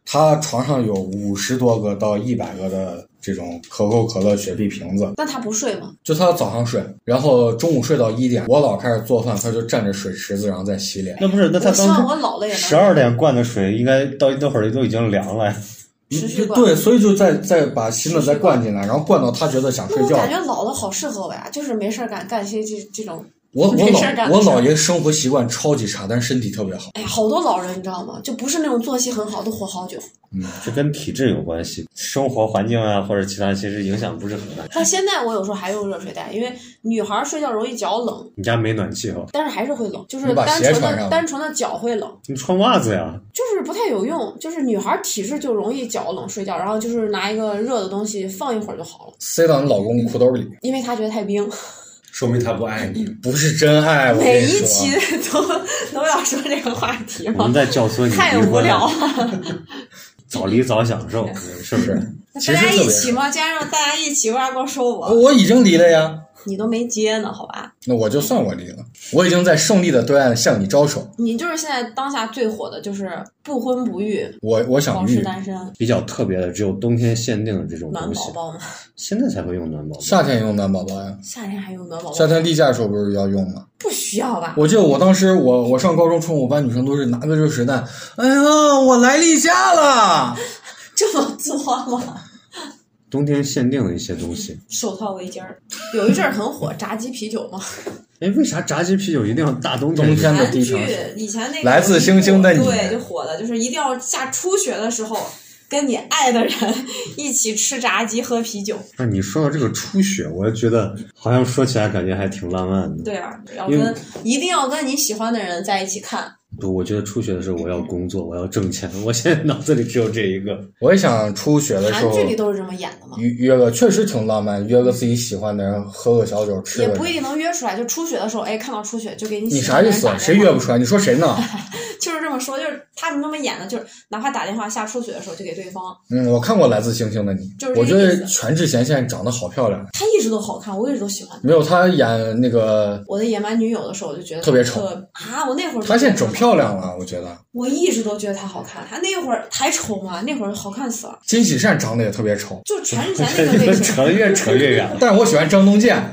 Speaker 2: 他床上有五十多个到一百个的这种可口可乐、雪碧瓶子，
Speaker 3: 那他不睡吗？
Speaker 2: 就他早上睡，然后中午睡到一点，我老开始做饭，他就占着水池子，然后再洗脸。
Speaker 1: 那不是那他
Speaker 3: 我希望
Speaker 1: 当
Speaker 3: 我
Speaker 1: 初
Speaker 3: 老了也能
Speaker 1: 十二点灌的水，应该到那会儿都已经凉了。
Speaker 3: 持续灌。
Speaker 2: 对，所以就再再把新的再灌进来，然后灌到他觉得想睡
Speaker 3: 那我
Speaker 2: 觉。
Speaker 3: 感觉老了好适合我呀，就是没事儿干干些这这种。
Speaker 2: 我我
Speaker 3: 没事儿
Speaker 2: 老
Speaker 3: 干
Speaker 2: 我
Speaker 3: 的事儿
Speaker 2: 姥爷生活习惯超级差，但是身体特别好。
Speaker 3: 哎呀，好多老人你知道吗？就不是那种作息很好，都活好久。
Speaker 1: 这跟体质有关系，生活环境啊或者其他其实影响不是很大。
Speaker 3: 但现在我有时候还用热水袋，因为女孩儿睡觉容易脚冷，
Speaker 1: 你家没暖气哈、哦？
Speaker 3: 但是还是会冷，就是
Speaker 2: 你把
Speaker 3: 单
Speaker 2: 鞋
Speaker 3: 纯
Speaker 2: 穿上
Speaker 3: 的单纯的脚会冷，
Speaker 1: 你穿袜子呀？
Speaker 3: 就是不太有用。就是女孩儿体质就容易脚冷睡觉，然后就是拿一个热的东西放一会儿就好了，
Speaker 2: 塞到你老公裤兜里，
Speaker 3: 因为她觉得太冰。
Speaker 4: 说明他不爱你。
Speaker 2: 不是真爱。我跟
Speaker 3: 每
Speaker 2: 你
Speaker 3: 一
Speaker 2: 说，
Speaker 3: 期都都要说这个话题
Speaker 1: [laughs] 我
Speaker 3: 吗
Speaker 1: 们？在教唆你
Speaker 3: 太
Speaker 1: 离
Speaker 3: 无
Speaker 1: 婚
Speaker 3: 聊
Speaker 1: 啊，
Speaker 3: 了，
Speaker 1: 早离早享
Speaker 3: [laughs]
Speaker 1: 受，是不是？
Speaker 3: 大
Speaker 2: 其实
Speaker 3: 家
Speaker 2: 特别
Speaker 3: 一起
Speaker 2: 是
Speaker 3: 嘛，既然让大家一起挖光说我，
Speaker 2: 啊我已经离了呀，
Speaker 3: 你都没接呢，好吧？
Speaker 2: 那我就算我离了，我已经在胜利的对岸向你招手。
Speaker 3: 你就是现在当下最火的就是不婚不育，
Speaker 2: 我我
Speaker 3: 保
Speaker 2: 想
Speaker 3: 持
Speaker 2: 遇
Speaker 3: 单身，
Speaker 1: 比较特别的，只有冬天限定的这种
Speaker 3: 暖
Speaker 1: 东西
Speaker 3: 宝，宝嘛。
Speaker 1: 现在才会用暖宝宝。
Speaker 2: 夏天用暖宝宝呀，
Speaker 3: 夏天还用暖宝宝
Speaker 2: 夏？天例假的时候不是要用吗？
Speaker 3: 不需要吧？
Speaker 2: 我记得我当时我我上高中冲我班女生都是拿个热水袋，哎呀，我来例假了，
Speaker 3: 这么做吗？
Speaker 1: 冬天限定的一些东西，
Speaker 3: 手套、围巾儿，有一阵儿很火，炸鸡啤酒嘛。
Speaker 1: 哎，为啥炸鸡啤酒一定要大冬
Speaker 2: 冬
Speaker 1: 天
Speaker 2: 天
Speaker 1: 喝？
Speaker 2: 的
Speaker 3: 韩
Speaker 2: 第
Speaker 3: 剧
Speaker 2: 一场
Speaker 3: 以前那个
Speaker 2: 来自星星的你
Speaker 3: 对，就火的，就是一定要下初雪的时候。跟你爱的人一起吃炸鸡喝啤酒，
Speaker 1: 那你说到这个初雪，我就觉得好像说起来感觉还挺浪漫的。
Speaker 3: 对啊，要
Speaker 1: 因为
Speaker 3: 跟一定要跟你喜欢的人在一起看。
Speaker 1: 不，我觉得初雪的时候我要工作，我要挣钱，我现在脑子里只有这一个。
Speaker 2: 我也想初雪的时
Speaker 3: 韩
Speaker 2: 候
Speaker 3: 剧里都是这么演的嘛，
Speaker 2: 约约个，确实挺浪漫，约个自己喜欢的人喝个小酒，吃
Speaker 3: 也
Speaker 2: 个
Speaker 3: 不。一定能约出来。就初雪的时候，哎，看到初雪就给你
Speaker 2: 你
Speaker 3: 喜
Speaker 2: 啥
Speaker 3: 欢
Speaker 2: 意
Speaker 3: 的人
Speaker 2: 思
Speaker 3: 打
Speaker 2: 啊？
Speaker 3: 电话
Speaker 2: 谁约不出来？你说谁呢？
Speaker 3: [laughs] 就是这么说，就是他们那么演的，就是哪怕打电话下出血的时候就给对方，
Speaker 2: 嗯，我看过《来自星星的你
Speaker 3: 就是》，这
Speaker 2: 我觉
Speaker 3: 个意
Speaker 2: 得
Speaker 3: 思
Speaker 2: 全智贤现在长得好漂亮。
Speaker 3: 他一直都好看，我一直都喜欢他。
Speaker 2: 没有，她演那个，
Speaker 3: 我的野蛮女友的时候，我就觉得
Speaker 2: 特别丑
Speaker 3: 啊！我那会儿
Speaker 2: 她现在整漂亮了，我觉得。
Speaker 3: 我一直都觉得她好看，她那会儿还丑吗？那会儿好看死了，
Speaker 2: 金喜善长得也特别丑，
Speaker 3: 就全是咱那个
Speaker 2: [laughs]
Speaker 3: 类
Speaker 1: [laughs]
Speaker 3: 型。
Speaker 1: 扯得越扯越远了。
Speaker 2: 但是我喜欢张东健。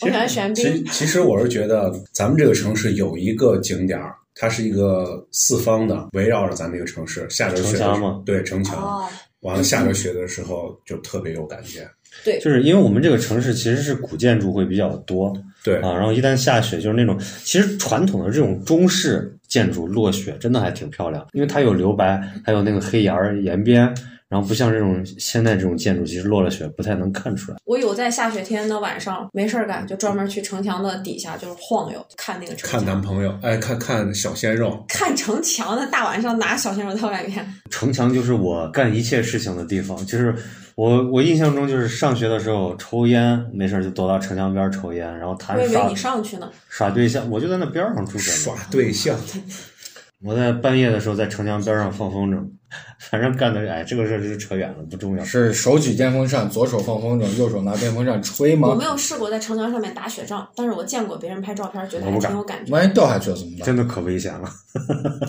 Speaker 3: 我喜欢玄
Speaker 4: 其实
Speaker 3: 彬，
Speaker 4: 其实我是觉得，咱们这个城市有一个景点儿，它是一个四方的，围绕着咱们这个城市。下着雪的时
Speaker 1: 城墙
Speaker 4: 候
Speaker 1: 吗
Speaker 4: 对城墙，
Speaker 3: 哦，
Speaker 4: 完了下着雪的时候就特别有感觉。
Speaker 3: 对
Speaker 1: 就是因为我们这个城市其实是古建筑会比较多，
Speaker 4: 对，
Speaker 1: 啊，然后一旦下雪，就是那种其实传统的这种中式建筑落雪真的还挺漂亮，因为它有留白，还有那个黑檐儿沿边，然后不像这种现在这种建筑，其实落了雪不太能看出来。
Speaker 3: 我有在下雪天的晚上没事儿干，就专门去城墙的底下就是晃悠，看那个城墙。
Speaker 4: 看男朋友，哎，看看小鲜肉，
Speaker 3: 看城墙的大晚上拿小鲜肉在外面，
Speaker 1: 城墙就是我干一切事情的地方，就是我我印象中就是上学的时候抽烟，没事儿就躲到城墙边儿抽烟，然后
Speaker 3: 我
Speaker 1: 谈
Speaker 3: 以为
Speaker 1: 耍
Speaker 3: 你上去呢。
Speaker 1: 耍对象，我就在那边儿上住着呢。
Speaker 4: 耍对象，
Speaker 1: 我在半夜的时候在城墙边上放风筝， [laughs] 反正干的哎，这个事儿是扯远了，不重要。
Speaker 2: 是手举电风扇，左手放风筝，右手拿电风扇吹
Speaker 3: 我
Speaker 2: 吗
Speaker 3: 没？有试过在城墙上面打雪仗，但是我见过别人拍照片，觉得
Speaker 1: 我
Speaker 3: 还
Speaker 1: 不
Speaker 3: 挺
Speaker 1: 敢
Speaker 3: 有感觉。
Speaker 2: 万一掉下去了怎么办？
Speaker 1: 真的可危险了，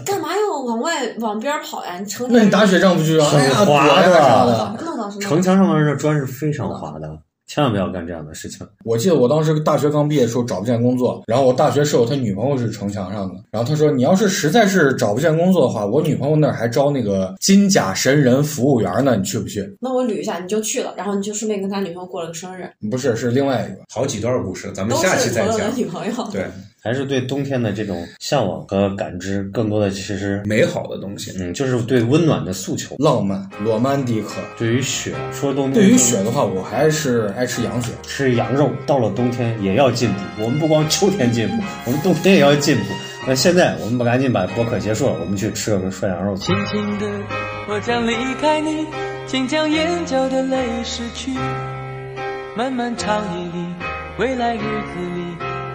Speaker 3: 干嘛要往外往边儿跑呀？你城墙
Speaker 2: 那你打雪仗不就让
Speaker 1: 很
Speaker 2: 哎呀躲
Speaker 1: 滑
Speaker 2: 呀
Speaker 1: 的
Speaker 2: 啥的？
Speaker 3: 弄到什么？
Speaker 1: 城墙上面的砖是非常滑的，千万不要干这样的事情。
Speaker 2: 我记得我当时大学刚毕业的时候找不见工作，然后我大学舍友他女朋友是城墙上的，然后他说你要是实在是找不见工作的话，我女朋友那儿还招那个金甲神人服务员呢，你去不去？
Speaker 3: 那我捋一下，你就去了，然后你就顺便跟他女朋友过了个生日，
Speaker 2: 不是，是另外一个。
Speaker 4: 好几段故事，咱们
Speaker 3: 都
Speaker 4: 下期
Speaker 3: 是
Speaker 4: 再
Speaker 3: 朋友的
Speaker 4: 讲。
Speaker 3: 女
Speaker 1: [laughs]
Speaker 3: 朋友。 [laughs]
Speaker 4: 对，
Speaker 1: 还是对冬天的这种向往和感知，更多的其实，
Speaker 4: 美好的东西，
Speaker 1: 嗯，就是对温暖的诉求。
Speaker 2: 浪漫、罗曼蒂克。
Speaker 1: 对于雪，说冬天
Speaker 2: 对于雪的话，我还是爱吃羊血。
Speaker 1: 吃羊肉，到了冬天也要进补。我们不光秋天进补，我们冬天也要进补。那现在我们赶紧把播客结束了，我们去吃个涮羊肉去。
Speaker 5: 轻轻的，我将离开你，请将眼角的泪拭去。漫漫长夜里，未来日子里，